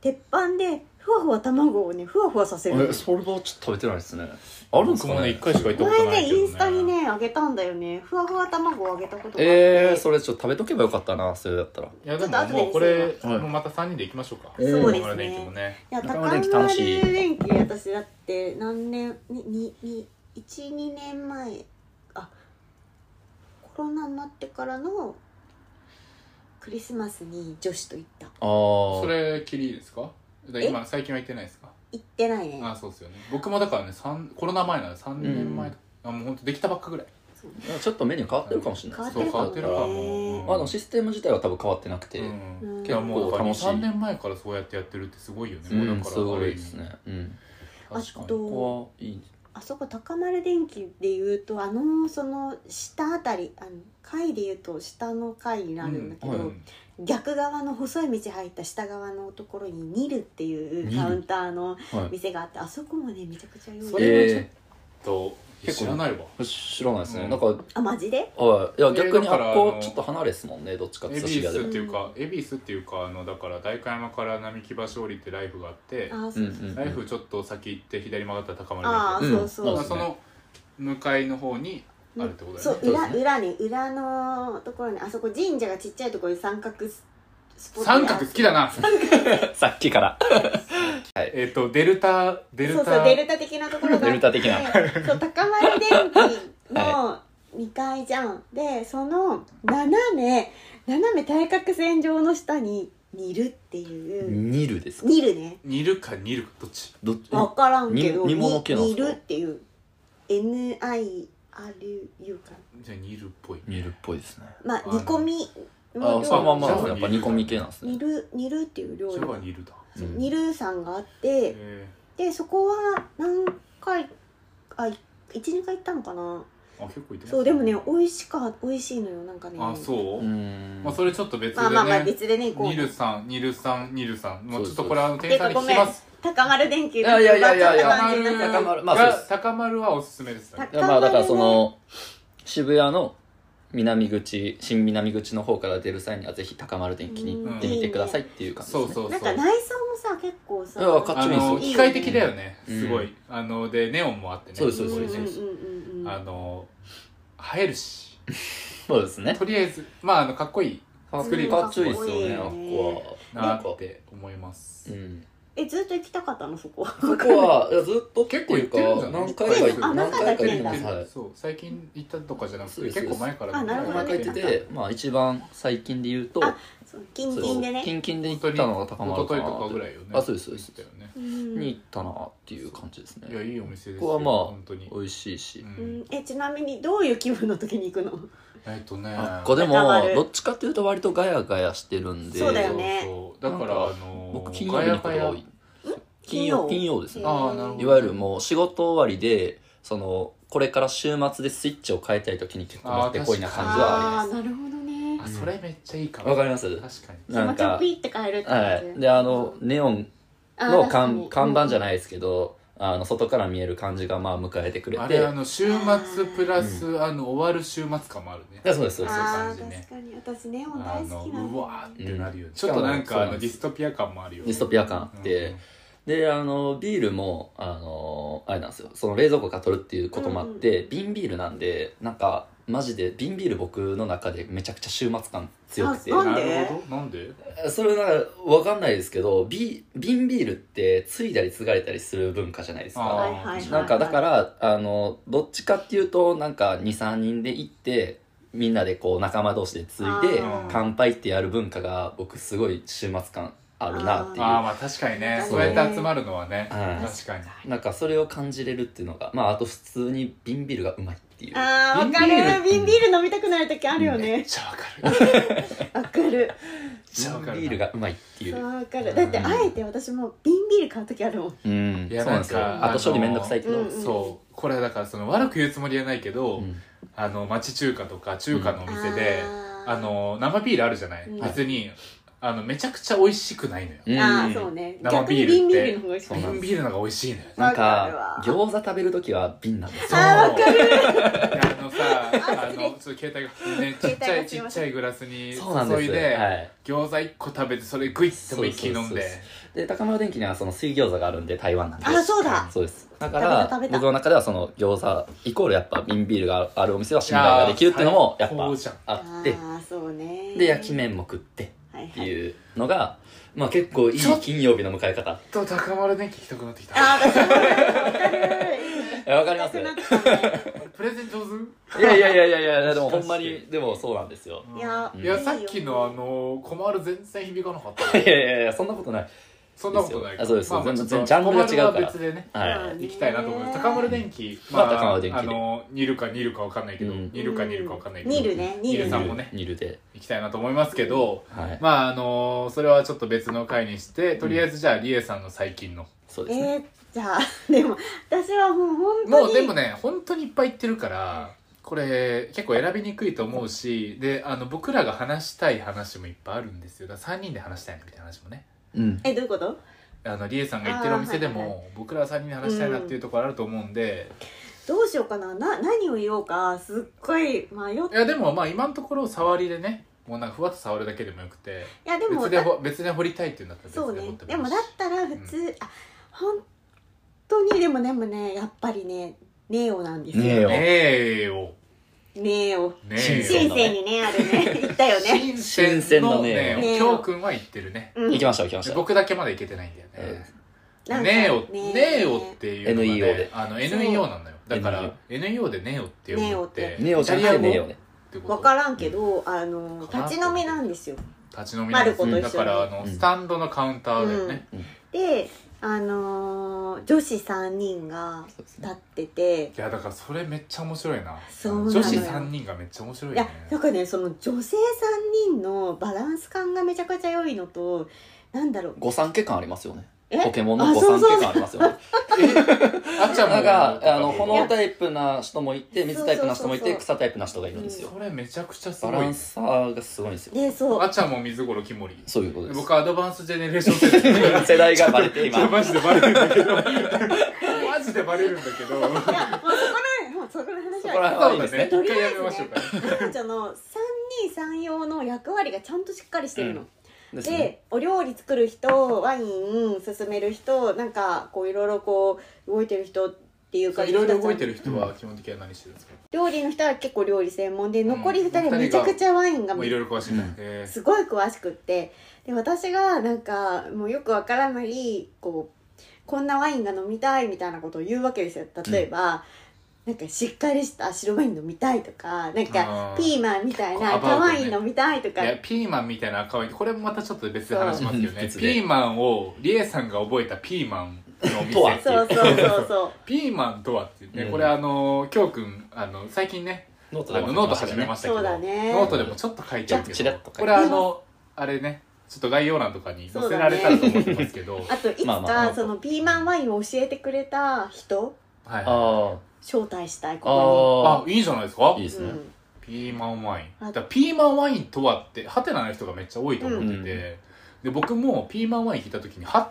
鉄板でふわふわ卵をねふわふわさせる
えそれはちょっと食べてないですねあるんです
僕
か
もね
ね
一回しか行ったこと
前
ない
ね
けどね
インスタにねあげたんだよねふわふわ卵をあげたことがあって
えー、それちょっと食べとけばよかったなそれだったら
いやで
ちょっ
も
と後で
もうこれ
はい
もうまた3人で行きましょうか
えーそ
です
う
ね
高丸電気もね
いや
中
高
丸
丸
電機楽しい
電気私だって何年ににに12年前あコロナになってからのクリスマスに女子と行った
ああ
それきりですかで
え
今最近は行ってないですか
行ってないね
あそうですよね僕もだからね三コロナ前なら3年前
うん
あもうほんとできたばっかぐらい
ちょっとメニュー変わってるかもしれないです
そう
変
変
わ
わ
っ
ってて
る
る
か
か
も
も
ね
まあ、でもシステム自体は多分変わってなくて、
うん
うん
いやもうだから
結構楽しい
23年前からそうやってやってるってすごいよね
うん
もうだから
すごいですね、うん、
ある意味確
あ
かに
と
ここはいい
あそこ高丸電機でいうとあのその下あたりあの階でいうと下の階になるんだけど、
うん
うん
逆側の細い道入った下側のところにニルってい
ニ
う
ル
カウンターの
はい
店があってあそこもねめちゃくちゃ良
そ
い
れはちょっ
え
と
結構
知らないわ
ー、知らないですね、
うん
なんか
あマジで
はいいや
えー
逆に
だ
あ
から
っこ
あの
ちょっと離れですもんねどっちかって
恵
いうと
比
渋
寿っ
谷で
も
ていうか恵比寿っていうかあのだから代官山から並木橋降りてライフがあって
あそうそう
うんうん
ライフちょっと先行って左曲がったら高丸電
あ
機
ー
うん
そうそう
あ
まあその向かいの方にあるってことだ
そ
よ
う
ね
そ
裏
うですね
裏に裏のところにあそこ神社がちっちゃいところに三角ススポット
三角好きだ
な
な
さっきから
えっとデルタデル
そうそ
タ
うデルタ的なところがあって
デルタ的な
そう高丸電機の2階じゃん、でその斜め斜め対角線上の下に煮るっていう
煮るですか
煮るね
煮るか煮るかどっち
どっち
分からんけど
煮煮物系なん
煮
すか
るっていう NIRU か
じゃあ煮るっぽい
煮るっぽいですね
まあ
あの
煮込み
あ
の
あそのまんま
じゃ
です
あ
ねやっぱ煮込み系なんですね
煮る煮るっていう料
そ
理
れは煮るだ
うん
煮るさんがあって
え
でそこは何回あ12回行ったのかな
ーあ結構いてます
そうでもね美味しか美味しいのよなんかね
あそうう
ーん
まあそれちょっと別で
まあまあまあ
ね
別でね行こ
煮
う
るさん煮るさん煮るさんもうちょっ
そうです
とこれあの店員さんに聞きます
高丸電球
いやいやいやいやいや
高丸電球
高丸まあそうで
が
す
高丸はおすすめですね
高
まあだからその渋谷の南口新南口の方から出る際にはぜひ高丸電機に行ってみてくださいっていう感じです
そ
ね、
うそう
な
そ
んか
う
内装もさ結構さ
いやわかっ
あ
ちょいいですよ
の機械的だよね
うん
すごいあのでネオンもあってね
そうですそうです
うんうんうんうん
あの映えるし
そうですね
とりあえずまああのかっこいい
かっ
作り
かっちょいいですよね
か
あ
っ
っ
こいいよね
こは
な
なん
っ
か
て思いま
う
す
ん
えずっと行きたかったのそこは
そこはいやずっと
結構行ってるんじゃない
何回か行って
あ
何
何
回
回
か
か
行
行ってて
っ
ま
ま
すす
はい
そう最近行ったとかじゃなく
そ
て
うです
結構前から
あなるほど
毎
前から行っ
回行ってて
る
てまあ一番最近で言うと
あそう近々でね
近々で行ったのが高ま
一
る
昨日
かな
とかぐらいよね
あそうですそうで
行
す
ったよね
うん
に行ったなっていう感じです
いや
ね
いいお店ですよ
ここはまあ
本当に
美味しいし
う
うんんえちなみにどういう気分の時に行くの
えっとね
あっこでも
高まる
どっちかっていうと割とガヤガヤしてるんで
そうだよね
そうそうだか
なん
ら
か
あのー
僕金曜日に行くことが多い金
金
曜
曜
金曜ですね
あーなるほど
いわゆるもう仕事終わりでそのこれから週末でスイッチを変えたい時に結構持ってこいな感じはあ
あーなるほどね
あそれめっちゃいいか
り
も
ますわかります
確かに
気持ちをピーって変えるって感
は
じ、
いであのネオン
あー
の
確かに
看看板じゃないですけどあの外から見える感じがまあ迎えてくれ
あ
て
れあの週末プラスあの終わる週末感もあるね
いやそうですそうです
あ
あ
感じ
ー
ね
確かに私ネオン
あ
大
の
好きな
う
の
わーってなるよね
ん
ちょっとなん
しかも
かあ
そうなん
の
で
ディ
す
ストピア感もあるよね
ディストピア感あって、
うん
であのビールもあのあれなんですよその冷蔵庫から取るっていうこともあって、瓶ビールなんでなんかマジで瓶ビール僕の中でめちゃくちゃ週末感強くて
あそう
な
なんで
るほどなんで
それなんかわかんないですけどビ瓶ビールって継いだり継がれたりする文化じゃないです
あー
か
はいはいはい
なんかだからあのどっちかっていうとなんか23人で行ってみんなでこう仲間同士で継いで
あー
乾杯ってやる文化が僕すごい週末感あるなっていう
ああまあ確かにね
そ
そううやって集まるのはね
はい
確かに
なんかそれを感じれるっていうのがまああと普通に瓶ビールがうまいっていう
あーわかる瓶ビール飲みたくなる時あるよ
めっ
ね
ちゃわかる
わかる
ゃわかるな
瓶ビールがうまいっていう
わかるだってあえて私も瓶ビール買う時あるもん
うん
い
そう
や
なんですよ
なんか
あと処理めんどくさいけど、
あのー
そうこれだからその悪く言うつもりはないけど、
うん
あの町中華とか中華のお店で、
あー
あの生ビールあるじゃない、
うん
別にあのめちゃくちゃ美味しくないのよ、
うん
あーそうね
生
逆に
ビー
瓶
ルっ
ビー
て
ルの方が美味しい
そうなんで
瓶
す
ビールの方が美味しいのよ
なん
わかるわ
か餃子食べる時は瓶なんですよ
ああのさあの
失礼
ちょっと携帯が、ね、ちっちゃい
携帯が
ち
すい
っ
ま
ち
せん
ゃいグラスに
そうなんです
注いで、
はい
餃子1個食べてそれグイッてもう一気に飲ん
そうそうそう
で
で高丸電機にはその水餃子があるんで台湾なんで
あそうだ
そうですだか
食
ら
べた食べた
僕の中ではその餃子イコールやっぱ瓶ビールがあるお店は信頼ができるっていうのもやっ
いやー最高じゃん
ぱあっ
あ
て
ーそうね
で焼き麺も食って
はい
って
はい
いうのがまあ結構いい
ちょっと
金曜日の迎え方
ちょっと高丸電気行きたくなってきた
あー私もわかる
えわかり
痛
ま す
くなったね
プレゼン上手
いやいやいやいやいやでもほんまにでもそうなんですよ
いや
いや
いいよ
さっきのあの困る全然響かなかった
いやいやいやそんなことない
そんなことない
あそうです
まあまあ
全然
ちょっと
ジャンルが違うか
小
ら
丸は別でね
は
行きたいなと思います高丸電機
まあ高丸電機で
あの煮るか煮るかわかんないけど
うん
煮るか煮るかわかんないけど
煮るね煮
煮
る
るさんも
い
ね
煮るで
行きたいなと思いますけど
はい
まああのそれはちょっと別の回にしてとりあえずじゃあリエさんの最近の
そう
え
ですね
ーじゃあでも私はもう本当に
もうでもね本当にいっぱい行ってるからこれ結構選びにくいと思うしであの僕らが話したい話もいっぱいあるんですよだから3人で話したいなみたいな話もね
うん
えどういうこと
あのリエさんが行ってるお店で
あーはい
も僕らは3人で話したいなっていうところあると思うんで
どうしようかなな何を言おうかすっごい迷っ
いやでもまあ今のところ触りでねもうなんかふわっと触るだけでもよくて
いやでも
別でほ別で掘りたいっていうんだったら
そう
別で
ね
掘って
で
もい
も
い
だ
し
ったら普通、あ本当にでもでもねやっぱりねネオなんですよ
ネオ
ねえよ
ネオ
ね
新
えよ
鮮
新鮮にねある ね行ったよね
新鮮のね
新鮮のね
えよきょうくんは行ってるね
うん
行きました行きまし
で
た
僕だけまだ行けてないんだよね
なんか
ネオ
ね
ネオっていうのが、ね、
NEO で
あの NEO なんだよだから NEO でネオって呼ぶって
ネオじゃなくてネオね
ってこと
分からんけどあの
かな
立ち飲みなんですよ
立ち飲みなんです
マルコと一緒
だ
に
からあの、
うん
スタンドのカウンターだよね、
であのー女子3人が
そうですね
立ってて
いやだからそれめっちゃ面白いな
そうなのよ
女子3人がめっちゃ面白い
い
ね
やなんかねその女性3人のバランス感がめちゃくちゃ良いのとなんだろう
御三家感ありますよね
え
ポケモンの御三家感ありますよね
あっちゃんも
なんかあの
こ
炎タイプな人もいて
いや
水タイプな人もい
そう
て
そうそう
草タイプな人がいるんですよ
それめちゃくちゃす
バ
ごい
ラ
ね
ンサーがすごいんですよ
でそう
あっちゃんも水頃キモリ
そういうことです
僕アドバンスジェネレーション世代
世代がバレて
ちょ
今
マジでバレるんだけどマジでバレるんだけど
いやもうそこらもうそこら
そ
話
こら
は
辺は
そだ
いいうです
ね
ね
と
一
りあ
回
え
や
ず
め
ね
ましょうか
彼女の323用の役割がちゃんとしっかりしてるの、
うですね
でお料理作る人ワイン勧める人なんかこういろいろこう動いてる人っていうか
いろいろ動いてる人は基本的には何してるんですか、
料理の人は結構料理専門で
ん
残り2
二人
人
が
めちゃくちゃワインが
もういろいろ詳しいんだ、
うん
え
すごい詳しくってで私がなんかもうよくわからないこうこんなワインが飲みたいみたいなことを言うわけですよ例えば、なんかしっかりした白ワイン飲みたいとかなんか
あー
ピーマンみたいな
結構ア
赤
バウ
ワ
トね
イン飲みたいとか
いやピーマンみたいな赤ワインこれもまたちょっと別で話しますけど
そう
ね
別
ピ
で
ーマンをリエさんが覚えたピーマンのお店
とは
ってい
そううそうそうそう
ピーマンとはっていうね、
うん
これあのきょうくんあの最近ね
ノート
あ
で
の
も
ノート始めましたけど
そうだね
ノートでもちょっと書いてあるけど
ちょっとちらっと書いて
これあのあれねちょっと概要欄とかに載せられたらと思ってます けど、
あといつ
まあま
か
あ
そのピーマンワインを教えてくれた人
はいはい
あ
招待したい
あ
こ
あ
あ
いいじゃないですか
あいいです
こに、
ね、
うん
ピーマンワイン
あ
だからピーマンワインとはってハテナの人がめっちゃ多いと思ってて、
うん
で僕もピーマンワイン聞いた時にはっ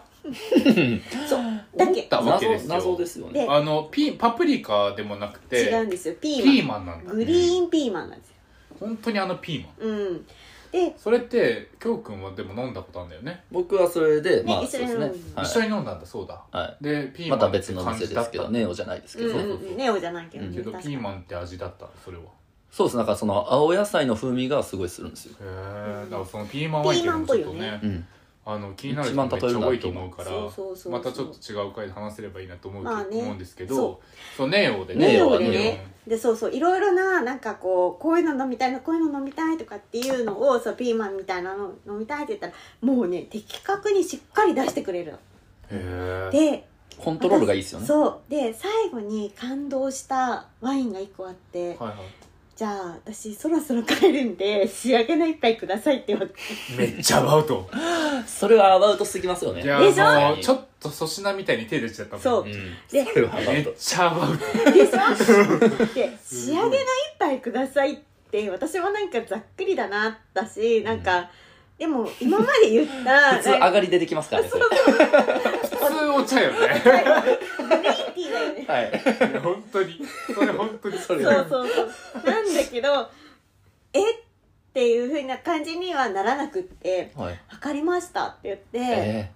そうだ
思っ
け
たわけです
謎
よ
謎ですよね
で
あのピーパプリカでもなくて
違うんですよピーマン
ピーマンなんだ
グリーンピーマンなんですよ
本当にあのピーマン
うんで
それってきょうくんはでも飲んだことあるんだよね、
僕はそれで、
ね
まあ
一
そ
緒
う
に
ですね
飲む
はい
一緒に飲んだんだそうだ
は
でピ
い、
ー
ま
マ
た
ンっ
別
て
の
感
店
じ
で
だ
す
っ
け
た
どネオじゃないですけ
う
ど、
んうんうんネオじゃないけど、
うん
けど
確か
ピ
に
ーマンって味だったそれは
そうですなんかその青野菜の風味がすごいするんですよ、
へえだからそのピーマンワインっていうのもちょっと
ピーマンっぽいよ
ね
うん、
あの気になる人めっちゃ多いと思うから
そうそうそうそう
またちょっと違う回で話せればいいなと思う,、
まあね
思うんですけど
そ
そうネオで
ネ
ネ
オ
オ
で
で
ね
ね
でそうそういろいろななんかこうこういうの飲みたいなこういうの飲みたいとかっていうのをそうピーマンみたいなの飲みたいって言ったらもうね的確にしっかり出してくれるの。
へえ
で
コントロールがいいですよね
そうで最後に感動したワインが1個あって
はいは
じゃあ私そろそろ帰るんで仕上げの一杯くださいって言われて
いめっちゃアバウト
それはアバウトすぎますよね
いや
でしょ
もうちょっと粗品みたいに手出ちゃったもん
そうと
ん
で
それはアバ
め
ウ
っ
ト
ちゃアバウト
でしょで仕上げの一杯くださいって私もなんかざっくりだなだしなんか、でも今まで言った
普通上
なんか
がり出てきますからねそれ
普通お茶よね
グリーンティーだよね
はい
いや本当にそれ本当にそれ
そうそうそうなんだけどえっていうふうな感じにはならなくって
はい
「分かりました」って言って、
え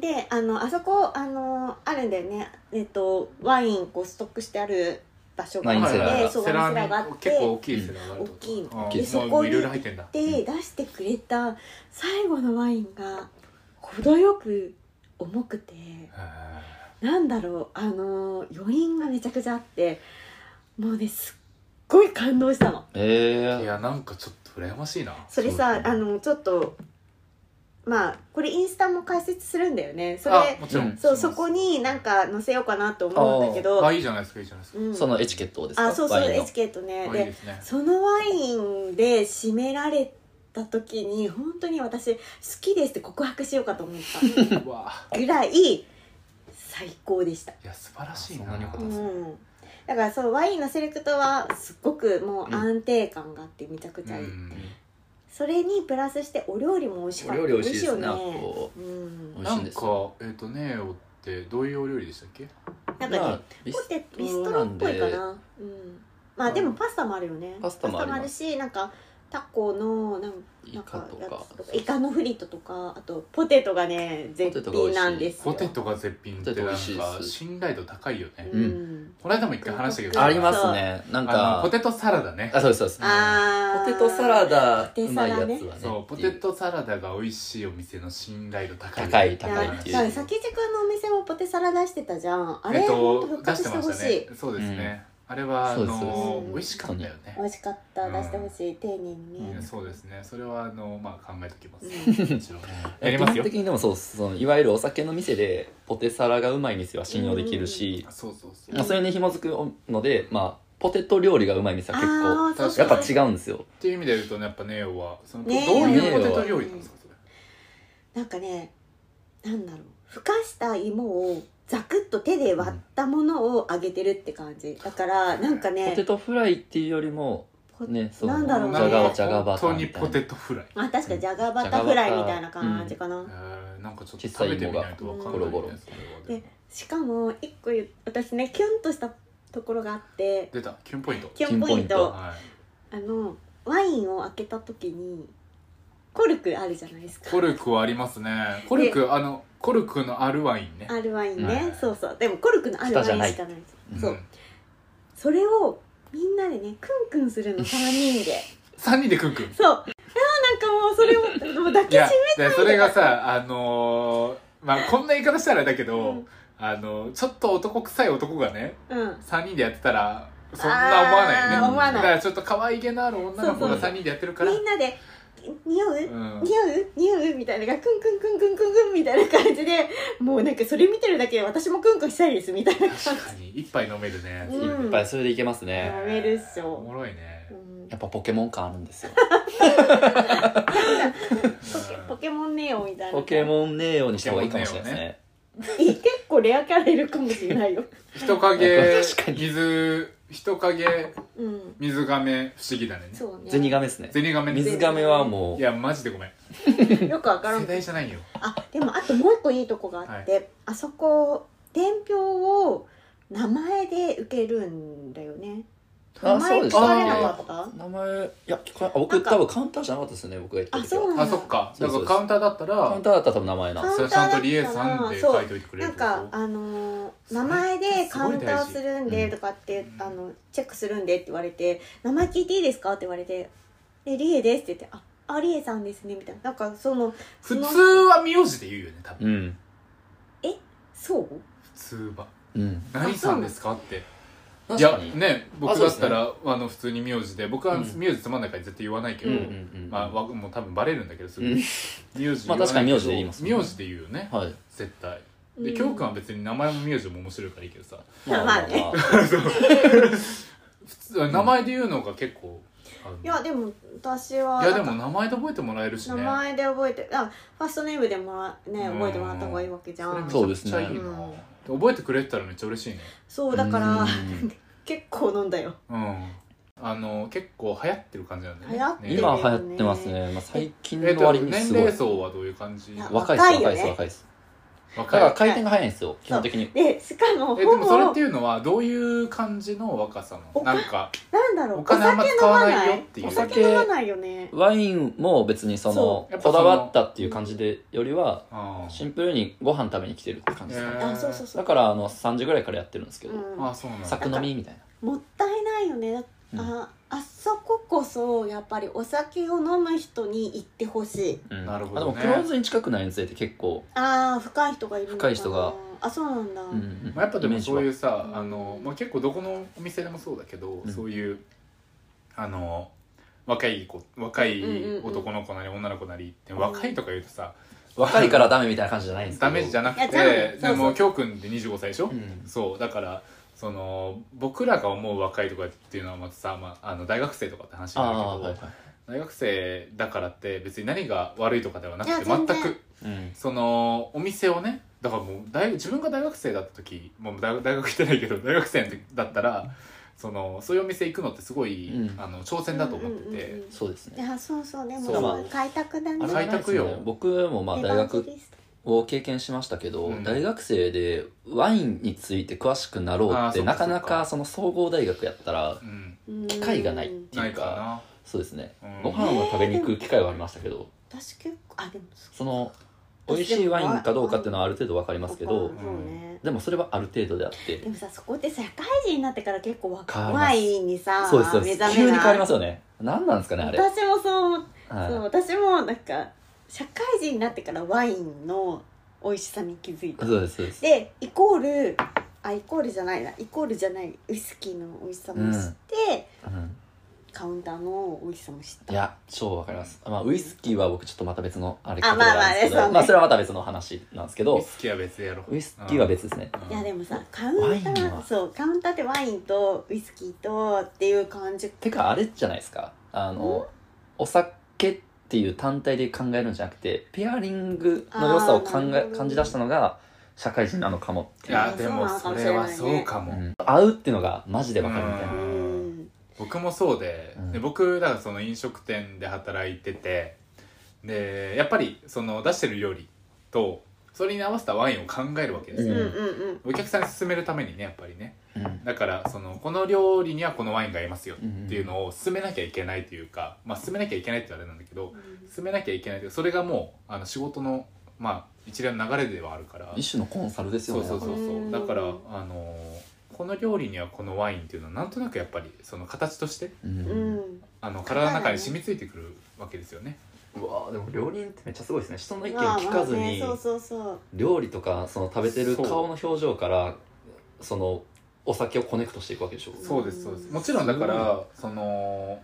であのあそこあのあるんだよねえっとワインこうストックしてある場所があ
ワインセラー
っ
が
てそう
セラ
ワインセラー
ー
があ
に
っ
結構大
て
きいセラーがあるってこと
大
あ
き
ー
いで
そ
も
こ
う
に
いろいろ入ってんだ
で出してくれた最後のワインが程よく重くてなんだろうあの余韻がめちゃくちゃあってもうねすっごい感動したの。
ええ
い
え
やなんかちょっと羨ましいな
それさ
そう
あのちょっとまあこれインスタも解説するんだよねそ
あ
れ
もちろ
うんん
そうそこになんか載せようかなと思うんだけど
あいいじゃないですかいいじゃないですか
うん
そのエチケットをですか
あそうそ
ワ
う
インの
エチケットね
あいい
で
ですね
そのワインで締められた時に本当に私好きですって告白しようかと思っ
うわ
たぐらい最高でした
いや素晴らしいな
そんなに良かっ
う
たです
んだからそうワインのセレクトはすっごくもう安定感があってめちゃくちゃいい、
うん
それにプラスしてお料理も美味しか
お
った
料理美味しいですね
よ
あと
うん
美味
な
しいん
んかえ
で
っ
すよ
とネオってどういうお料理でしたっけ
なんか
ま
ね
あ、ビ
ポ
ス
テビストロっぽいかなうんまあでもパスタもあるよね
パスタもあります
しなんかタコのなん
イ
なん
カと
や
か
つとかイカのフリットとかあとポテトがね絶品なんです
ポ
よ
テトが絶品ってなん
ポ
か
テト美味しいです
信頼度高いよね
ん
うん
この間も一回話したけど
ありますねなん
あ
か
のポテトサラダね
あそうですそうです
あ
ポ
ー
テトサラダ
ポ
う
テサ
まい
ラ
やつ
ね
はね
そうポテトサラダが美味しいお店の信頼度高い
高い
い
高
や
い
だ
っ
か
てい
ら
う
先地君のお店もポテサラ出してたじゃんあ
え
れ
っ
本当
と
復活してほしい
ねそうですね、あれはあ
そうです
そう
の
です
美味しかったよね
美味しかった
うん
出してほしい丁寧に
い
ね
やそうですねそれはあのまあ考えときます
う
もちろんや
基
りま
本
すよ
的にでもそうそのいわゆるお酒の店でポテサラがうまい店は信用できるし、
そうそうそう
まあ、それに紐づくので、まあ、ポテト料理がうまい店は結構
あーそう
やっぱ
そう
違うんですよ
っていう意味で言うとねやっぱネオはそのどう
ネオ
いうポテト料理なんですかそれ
なんかねなんだろうふかした芋をザクッと手で割ったものを揚げてるって感じだからなんか
ポテ
ね
トフライっていうよりもねそう
なんだろうね
ジャガバジャガバ
本当にポテトフライ
あ確かジャガバタフライみたいな感じかな、
えーなんかちょっと食べてみないとわかん
小さい芋がゴ
な
ロゴ
い
ロ
ねそれはでも
でしかも一個言う私ねキュンとしたところがあって
出たキュンポイント
キュンポイン
キュンポイン
ト
ト
は
あのワインを開けた時にコルクあるじゃないです
い
か
コルクはありますねコルクあのコルクのあるワインね
あるワイン
はい
ね、そうそうでもコルクのあるワインしかない
うん
そうそれをみんなでねクンクンするの3人で
三人でクンクン
そうあーなんかもうそれをもう抱
い
きし
や
め
でそれがさあのーまあこんな言い方したらあれだけど、
うん
あのちょっと男臭い男がね
うん
3人でやってたらそんな思わないよ
あ
ね
ー思わ
だ
ない
からちょっと可愛げのある女の子
そうそ
が
う
3人でやってるから
みんなで「匂う、
うん
匂う匂う?」みたいなのがクンクンクンクンクンクンみたいな感じでもうなんかそれ見てるだけで私もクンクンしたいですみたいな感
確かに一杯飲めるね、
うん
いっぱいそれでいけますね、
飲めるっしょ
おもろいね
じ、、うん
やっぱポケモン感あるんですよ
ポケポケモンネオみたいな
ポケモンネーオにした方がいいかもしれないですね
い結構レアキャラいるかもしれないよ、
人影
確かに
水人影
うん、
水亀不思議だね
そうね
ゼニガメですね
ゼニガメね
水ガメはも
いうやマジでごめん
よくわから
世
ん
代じゃないよ
あでもあともう一個いいとこがあって、あそこ伝票を名前で受けるんだよね名
あ
前
そうで
聞
すね
かれなかった
名前いや聞かあ僕
なんか
多分カウンターじゃなかったですね僕が行った
あ
時
そ
は
うなんだ
あそっか
そ
だ
う
か
そう
らカウンターだった
カウン
ら
ターだったら多分名前なんです
それちゃんとリエさんで書いておいてくれ
な
る
んかあのー名前でカウンターするんで
うん
とかって、
うん
あのチェックするんでって言われて「名前聞いていいですか?」って言われて「でリエです」って言って「ああリエさんですね」みたいななんかその
普
その
通は名字で言うよね多分
うん
そう
普通は
うん
何さんですかってい
確
や
かに
ね
あ
僕
そ
だ
うで
っ
す
た
ね
らあの普通に名字で僕は
うん
名字つまんないから絶対言わないけど
うん
う
うんうん
まあわもう多分バレるんだけどすぐ
うん
名字言わないけど
まあ確かに名字で言いますね
名字で言うよね
はい
絶対
う
で
ん
京くんは別に名前も名字も面白いからいいけどさ
まあね
普通名前で言うのが結構ある
いやでも私はい
やでも名前で覚えてもらえるし
名
ね
前で覚えてあファーストネームでもらね
うん
覚えてもらった方がいいわけじゃん
そ
それ
れ
め
め
ち
ち
ゃ
ゃ
く
くちゃ
ちゃい
い
い
い
な
な、で覚えてくれてたらめっちゃ嬉しいね
そうだから
うん
結構飲んだよ
うんあの結構流行ってる感じなんだよね
流行ってる
ね
今流行ってますね、まあ、最近
えっ
の
と
割に
年
すごい
齢層はどういう感じ
いや
若いです若
若いよ
い
ね
です若いですだか
若
ら
い
回転が早いんですよ基本的に
でしかも
えでもそれっ
ほ
て
ぼ
いうのはどういう感じの若さなの
お金
なんか
なんだろう
お
お
金あんま
酒飲
使わ
ま
な
ない
よっ
い
ていう
お
あ
酒
酒飲まないよね
ワインも別にその
そ
やっぱ
こ
そ
だ
の
わったっていう感じでよりは
あ
シンプルにご飯食べに来てるって感じですかね
えー
あそうそうそう
だからあの3時ぐらいからやってるんですけど、
うん
あそうなんだ
作飲みみたいな
もったいないよね、
うん
ああそここそやっぱりお酒を飲む人に行ってほしい
うん
なるほどね
あでもクローズに近くないにつれて結構、
ああ深い人がいるのかな
深い人が
あそうなんだ、
うんうん
まあ、やっぱでもそういう
う
さ
うん
あの、まあ、結構どこのお店でもそうだけど、
うん
そういうあの若い子若い
うんうんうん
男の子なり女の子なりって、
うん
若いとか言うとさ
若いからダメみたいな感じじゃないんですけど
ダメじ
ゃ
ゃなく
いやダ
て
メ
で
そうそ
も
う
京くんって25歳でしょ、
うん
そうだからその僕らが思う若いとかっていうのはまたさ、まあ、あの大学生とかって話
あ
なんだ
あ
けど、
はいはい、
大学生だからって別に何が悪いとかではなくて
いや全
全
然
く
うん、
そのお店をねだからもう大学自分が大学生だった時もう大学大学行ってないけど 大学生の時だったらそのそういうお店行くのってすごい、
うん
あの挑戦だと思ってて、
うんうんうん
そうです
い
ね
やそうそうでも
そう
そういう開拓だね
あれ
開拓よ
なんですね僕もまあ
エ
大
ヴァン
学
ジェリスト
を経験しましたけど、
うん
大学生でワインについて詳しくなろう
あ
っ
ー
て
そっ
な
かそ
か
っか
なかその総合大学やったら
うん
うん
機会がないって
な
いう
い
か
か
そうですね、
うん
ご飯は食べに行く機会はありましたけど、
私結構あでもそ
その美味しいワインかどうかっていうのはある程度わかりますけど、
うかそうね
でもそれはある程度であって
でもさそこって社会人になってから結構
変わ
若
り
いワイ
ます
ンにさ
そうですそう
目
です
覚めない
急に変わりますよね何なんですかねあれ、
私もそう思っそう
は
私もなんか社会人になってからワインの美味しさに気づい
い、
た
そうですそうです
でイコールあイコールじゃないなイコールじゃないウイスキーの美味しさも知って、
うん
カウンターの美味しさも知った
いや超わかります、まあ、ウイスキーは僕ちょっとまた別のあれ
あまあまあね
カテゴリー
そう
なんですけど
ね
まあ、それはまた別の話なんですけ
なウイ
ど
スキーは別でやろう
ウイスキーは別ですね
うん
いやでもさカウンタ
ワインは
ーそうカウンターってワインとウイスキーとっていう感じ
てかあれじゃないですかあのお酒っていう単体で考えるんじゃなくてペアリングの良さを考
あーなる
え
ほど
感じ出したのが社会人なのかもって
い
いう
やでもそれはそうかも、
うん合うっていうのがマジでわかるみたいな
う
うんん僕もそうで,、
うん
で僕だからその飲食店で働いててでやっぱりその出してる料理とそれに合わせたワインを考えるわけです
うん
よ、
うんうん
お客さんに勧めるためにねやっぱりね
うん
だからそのこの料理にはこのワインが合いますよっていうのを勧めなきゃいけないというか、まあ、勧めなきゃいけないってあれなんだけど勧めなきゃいけないというかそれがもうあの仕事のまあ一連の流れではあるから
一種のコンサルです
そ
よ
う
ね
そうそう
う
そ
ん
うだからあのこの料理にはこのワインっていうのはなんとなくやっぱりその形として
う、ん
う
うん
あの体の中に染みついてくるわけですよね
わーでも料理人ってめっちゃすごいですね人の意見
まあ
聞かず
まあ
に
ね、そうそうそう
料理とかその食べてる顔の表情からそのお酒をコネクトしていくわけでしょ
そうですそうで
う
す
ん
もちろんだからその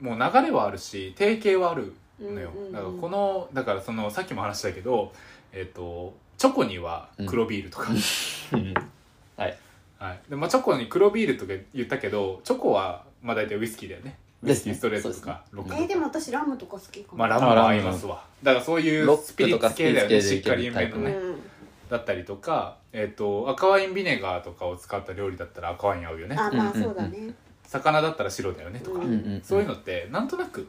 もう流れはあるし定型はあるのよ、
うんうんうん
だからこのだからそのさっきも話したけどえっ、とチョコには黒ビールとか、
うんはい
はいでまあ、チョコに黒ビールとか言ったけどチョコはまあ大体ウイスキーだよねウイ
で
ス
す
キ
ね
ーストレートとかロックと
え
か、
ーでも私ラムとか好きかも、
まあラムも合いますわだからそういう
ロ
ス
ッ
ピ
ク
リ
と
ッ
か
ツ系だよね
スピ
し
リ
っ
ッツ系
か
で
り
いけるタイ
め
プ
の
う
ね、
ん、
だったりとか、えっと赤ワインビネガーとかを使った料理だったら赤ワイン合うよね
あまあ
うんうんうん
そうだね、
魚だったら白だよねとか、
うん
うんうん
そういうのってなんとなく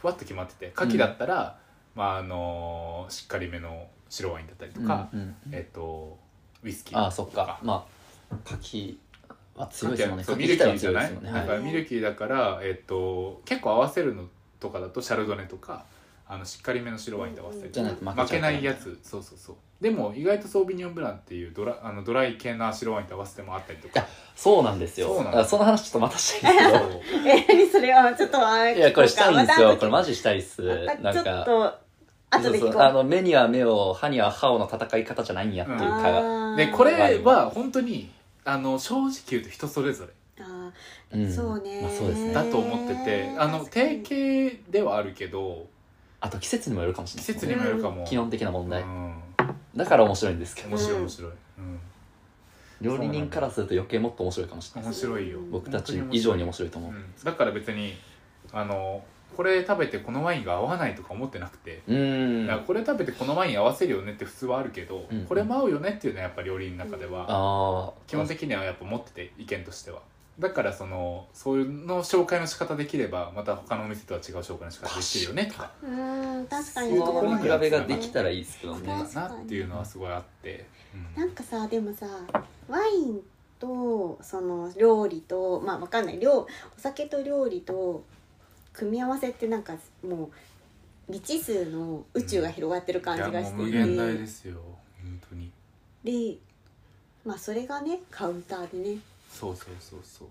ふわっと決まってて牡蠣だったら、まああのーしっかりめの白ワインだったりとか、
うんうんうん
えっとウイスキー
ああそっかまあ柿は強いですもんね
そう
柿
ミル
自
キ
体は
ーじゃな
強いです
い、
もんね
だか
は
らミルキーだから、えっと結構合わせるのとかだとシャルドネとかあのしっかりめの白ワインで合わせたり
い
と
じ
か
ゃないと負けちゃう
負けないやつそうそうそうでも意外とソービニョンブランっていうドラあのドライ系な白ワインと合わせてもあったりと か
そうなんですよ
そうなん
だ
だ
からその話ちょっとまたしたいんです けど
えー、それはちょっとあ
いや、これしたいんですよ。これマ
ジ
ジしたいっす。なん
ちょっ
か、
と後で聞こ
そう
う
そうあの、目には目を、歯には歯をの戦い方じゃないんやっていうか、
あー
でこれは本当にあの正直言うと人それぞれ
あ
ん
そうね
まあそうですね
だ。と思ってて
へー
あの定型ではあるけど
あと季節にもよるかもしれ
季
ないです
節
ね。
にもよるかも、
基本的な問
うん
題。だから面白いんですけど
面、白い面白い、うん
料理人からすると余計もっと面白いかもしれない
面白いよ
うん
僕たち以上に面白いと
う
思う。
んだから別にあのこれ食べてこのワインが合わないとか思ってなくて、
うーん。
だから
あ
これ食べてこのワイン合わせるよねって普通はあるけど、
うん
これも合うよねっていうのはやっぱ料理の中では
あー。
基本的にはやっぱ持ってて意見としてはだからそのそういうの紹介の仕方できればまた他のお店とは違う紹介の仕方できるよねとか
ーうーん確か
そ
に
いうところ
の
に
見比べができたらいいですけど
う
ね
ん。
だなっていうのはすごいあって、うん
なんかさでもさワインとその料理とまあわかんない料お酒と料理と組み合わせってなんかもう未知数の宇宙が広がってる感じ
いやも
がし
う
て
無
い
限大
て
ですよ本当に
でまあそれがねカウンターでね
そうそうそうそう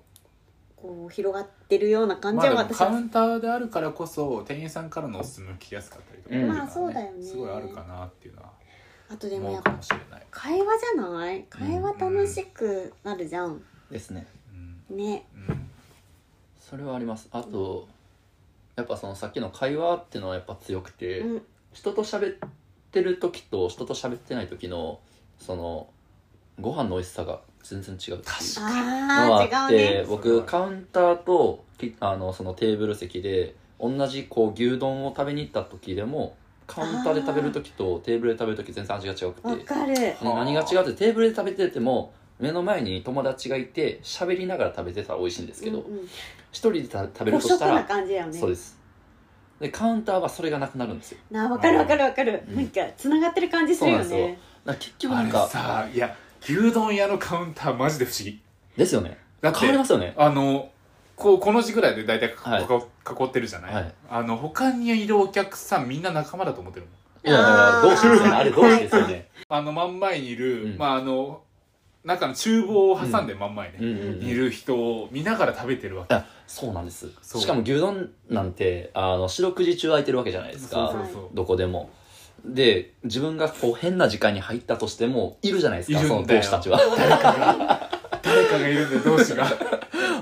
こう広がってるような感
ま
じ
あ
は
でも
私
カ
は、
ウンターであるからこそ店員さんからのおすすめを聞きやすかったりとか、
うん
っていのは
まあそうだよね
すごいあるかなっていうのは
あ、とでも
思
や
う
っ
か
ぱ
もしれない、
会話じゃない会話楽しくなるじゃん、
ですね。
うん
ね
うん
それはあります。あと、やっぱそのさっきの会話っていうのはやっぱ強くて、
うん
人と喋ってる時と人と喋ってない時のそのご飯の美味しさが全然違うっていうの
あ
が
あ
あっ
違う
て、
ね
僕カウンターときあのそのテーブル席で同じこう牛丼を食べに行った時でもカウンターで食べる時とテーブルで食べる時全然味が違く
わ
て、
かる
ね何が違うってテーブルで食べてても目の前に友達がいて喋りながら食べてたら美味しいんですけど、
うんうん
一人でた食べる
補
とし
色
たら、
な感じだよね
そうですでカウンターはそれがなくなるんですよ
なあわかるわかるわかる、
うん
なんかつながってる感じするよ
そうなん
ね
だから結局
あ
なん
れ
か
さいや牛丼屋のカウンターマジで不思議
ですよね
だって
変わりますよね
あのこうこの字ぐらいで大体
はい
囲囲ってるじゃない、
はい
あの他にいるお客さんみんな仲間だと思ってるもん
いやいやいや
あー
同志ですよねあれ同志ですよね
あの真ん前にいる、
うん
まああの中の厨房を挟んで真ん前ね、
うんうんうん
いる人を見ながら食べてるわけ
あそうなんです
そう
しかも牛丼なんてあの四六時中空いてるわけじゃないですか
そうそうそう
どこでもで自分がこう変な時間に入ったとしてもいるじゃないですか
いるんだ
そ
よ
の同志たちは
誰かがいるんで同士が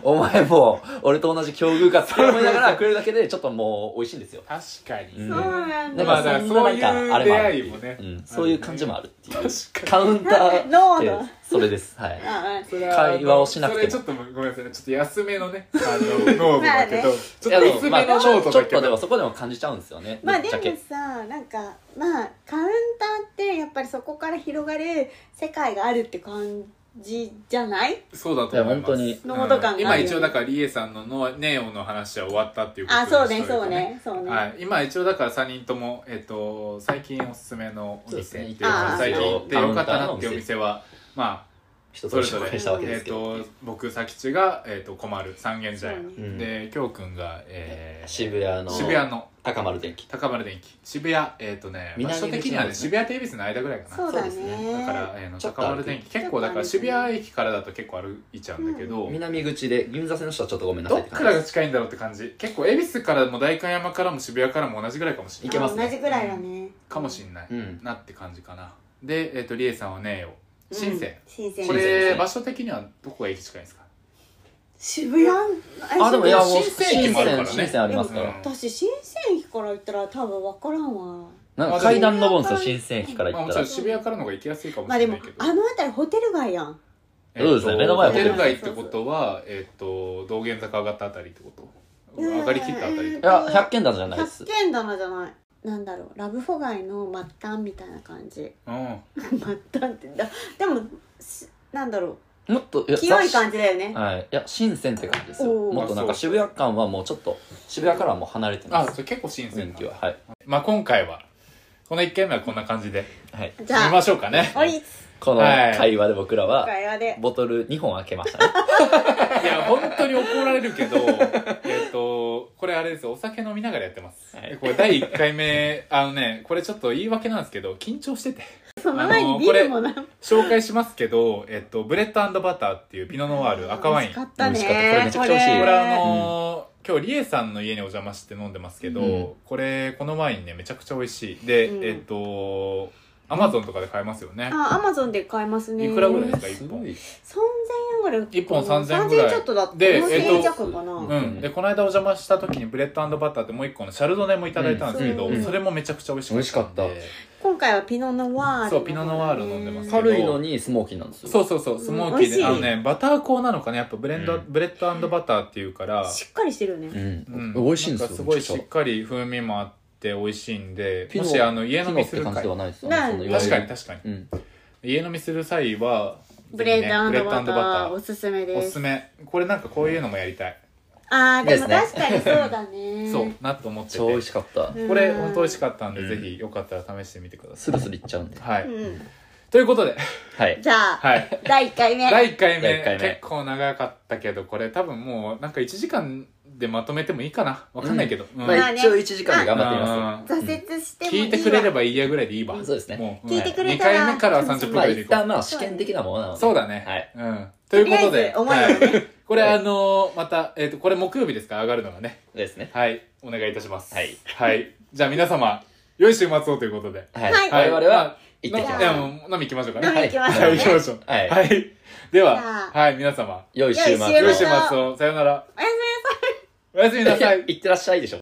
お前もう俺と同じ境遇かって思いながら食えるだけでちょっともう美味しいんですよ
確かに、
うん
そうなんだ、
だか
ま
ら
あ
そんななん
そ
か
ういう
あれもある
出会いもね
うんそういう感じもあるっていう
確か
カウンター
脳
って
の
それですはい
あ
にそれ
会話をしなくても
それちょっとごめんなさいねちょっと安めのねあのノートだ けど、
まあね
ち
い
ょ
や
っと
で
安
もまあ
め
ちょ
のノート
ちょ
だ
っ
けど、
とでもそこでも感じちゃうんですよね
あまあ
ぶ
で
っ
も
ちゃけ
さなんかまあカウンターってやっぱりそこから広がる世界があるって感じじゃない
そうだと思います
いや
本当に濃度感がある
今一応だからリエさんののネオの話は終わったっていうこと
あ
にしと
そう
いて
ねそうねそうね、
はい、今一応だから3人とも、えっと最近おすすめのお
そう
店
ですね
っていうか
あー
最近行ってよかったなっていうお店はまあ
人
そ
と
れぞ
紹
れ、
介したわけですけど、
えっと僕佐吉が、えっと困る三軒茶屋、
そうね
うん
で京くんが、えー
渋谷の
渋谷の
高丸電機
高丸電機渋谷えっ、とね場
南口
所
の
的にはね
ですね
渋谷と恵比寿の間ぐらいかな
そうだね
そうです
だから、えーの
ちょっと
高丸電機結構だから
ちょっと歩いて
渋谷駅からだと結構歩いちゃうんだけど、
南口で銀座線の人はちょっとごめんなさ
ど
い
っ
っ
てか
感
ら
じ
が近いんだろうって感じ結構恵比寿からも代官山からも渋谷からも同じぐらいかもしれ
い
ない
けますね
あ同じぐらいだね
かもしれない、
うん
なって感じかなでえっ、とりえさんはねえよ新生、
新鮮
こ
新
れ、
生ですね
場所的にはどこが駅近いんですか
渋谷
あでもいやもう
新鮮駅もあるからね
新鮮ありますか
う
ら
ん
私新鮮駅から行ったら多分分からんわ
なんか階段登るんですよ新鮮駅から
まあ
行っ
もちろ
たら
ん渋谷からの方が行きやすいかも
まあ
しれ
で
な
も
いけど、
あの辺りホテル街やん
えっと
そうですね目の前は
ホテル街ってことはえっ、と道玄坂上がったあたりってこと上がりきったあたりって
い
こと
や百軒棚じゃないです
百軒棚じゃないなんだろうラブホ街の末端みたいな感じ
うん
末端ってだでもしなんだろ
もっというや
清い
雑
感じだよね
誌はいいや新鮮って感じです
お
よ
ー
もっとなんか渋谷間はもうちょっと渋谷からはもう離れてま
あ
す
それ結構新鮮
雰囲
な
気ははい
まあ今回はこの1回目はこんな感じで
はい
じ
見
ゃ
ま
あ
しょうかね
おい
この
はい
会話で僕らは
会話で
ボトル2本開けましたね
いや本当に怒られるけど えっとこれあれですよお酒飲みながらやってます、
はい
これ第1回目あのねこれちょっと言い訳なんですけど緊張してて
その前にビールもな
紹介しますけど、えっと、ブレッドバターっていうピノノワール赤ワイン
美味しか
こ
ったね
美味しかったこれめちゃくちゃ美味しい
れあのー今日リエさんの家にお邪魔して飲んでますけど、
うん
これこのワインねめちゃくちゃ美味しいで、
うん
えっとアマゾンとかで買えますよね
あアマゾンで買えますね
いくらぐらいですか
す
1
ご
本
い
3000円ぐらい
一本3000円ぐらい
3000ちょっとだった
で
5000
えっと
円弱かな、
う
うん
ん、でこの間お邪魔した時にブレッドバターってもう一個のシャルドネもいただいたんですけど、
うん
それもめちゃくちゃ美味しかったんで
美味
今回はピノノワールの方だね、
そうピノノワール飲んでます
軽いのにスモーキーなんですよ
そううそうそうスモー
うん美
キ
味
ーで
しい
あのねバター香なのかねやっぱブレンド、
うん
ブレッドバターっていうから
しっかりしてるよね、
ん
うん
美味しいんです
な
よ
かすごいし
めちゃ
っ
くち
かり風味もあって美味しいんで
ピ
も
ノ
しあの家
ゃ
飲
ピノ
み
っ
す
て
る
感じ
会
ではないですよ
な
ね
い
そのいわゆ
確
る
かに確かに
うん
家飲みする際は
ブレ
ぜひ
ンド
ね
アン
ブレッ
ド
ド
バタ
バ
ーおすすめ
タ
で
ーお
す
すすめこれなんかこういうのもやりたい
あーでも
です
確かにそうだ ね
そうなと思って
超美味
て
しかった
うん
これ本当美味しかったんで
うん
ぜひよかったら試してみてくださ
スルスルいっちゃうんで
いは
う
い
ん
ということで
はい
じゃあ、
はい
第1回目
第1回
第
目
一回目
結構長かったけどこれ多分もうなんか1時間でまとめてもいいかなわかんないけど、うん
ま
ま
あ
あね
一応1時間で頑張ってみ
うん
ます
挫折してもいいわ
聞いてくれればいいやぐらいでいいわ。
そうですね
もう
聞いてくれたら
2回目からは30分ぐ
まあ
らいで
一
いこ
旦まあ試験的なものなの
う。
で
そうだね。
はい。
うん。ということ
とりあえ
で、
ず思いをね
はいこれ
はい
あのー、また、えっと、これ木曜日ですか上がるのがね。
ですね
はい。お願いいたします。
はい。
はい。じゃあ皆様、良い週末をということで。
はい
はい
我々は
行っ
行ってて
きま。
きますす
いやもう飲み行きましょうかね。
飲み行きましょうね
はい、行きましょう。
はい
はい。で
じ
は
ゃ、あ
はい、皆様、
良い週
良い週
末
末
良い
を
週末を。さよなら。
お
おや
やすみなさい
すみ
いや
なさい。
行ってらっしゃいでしょ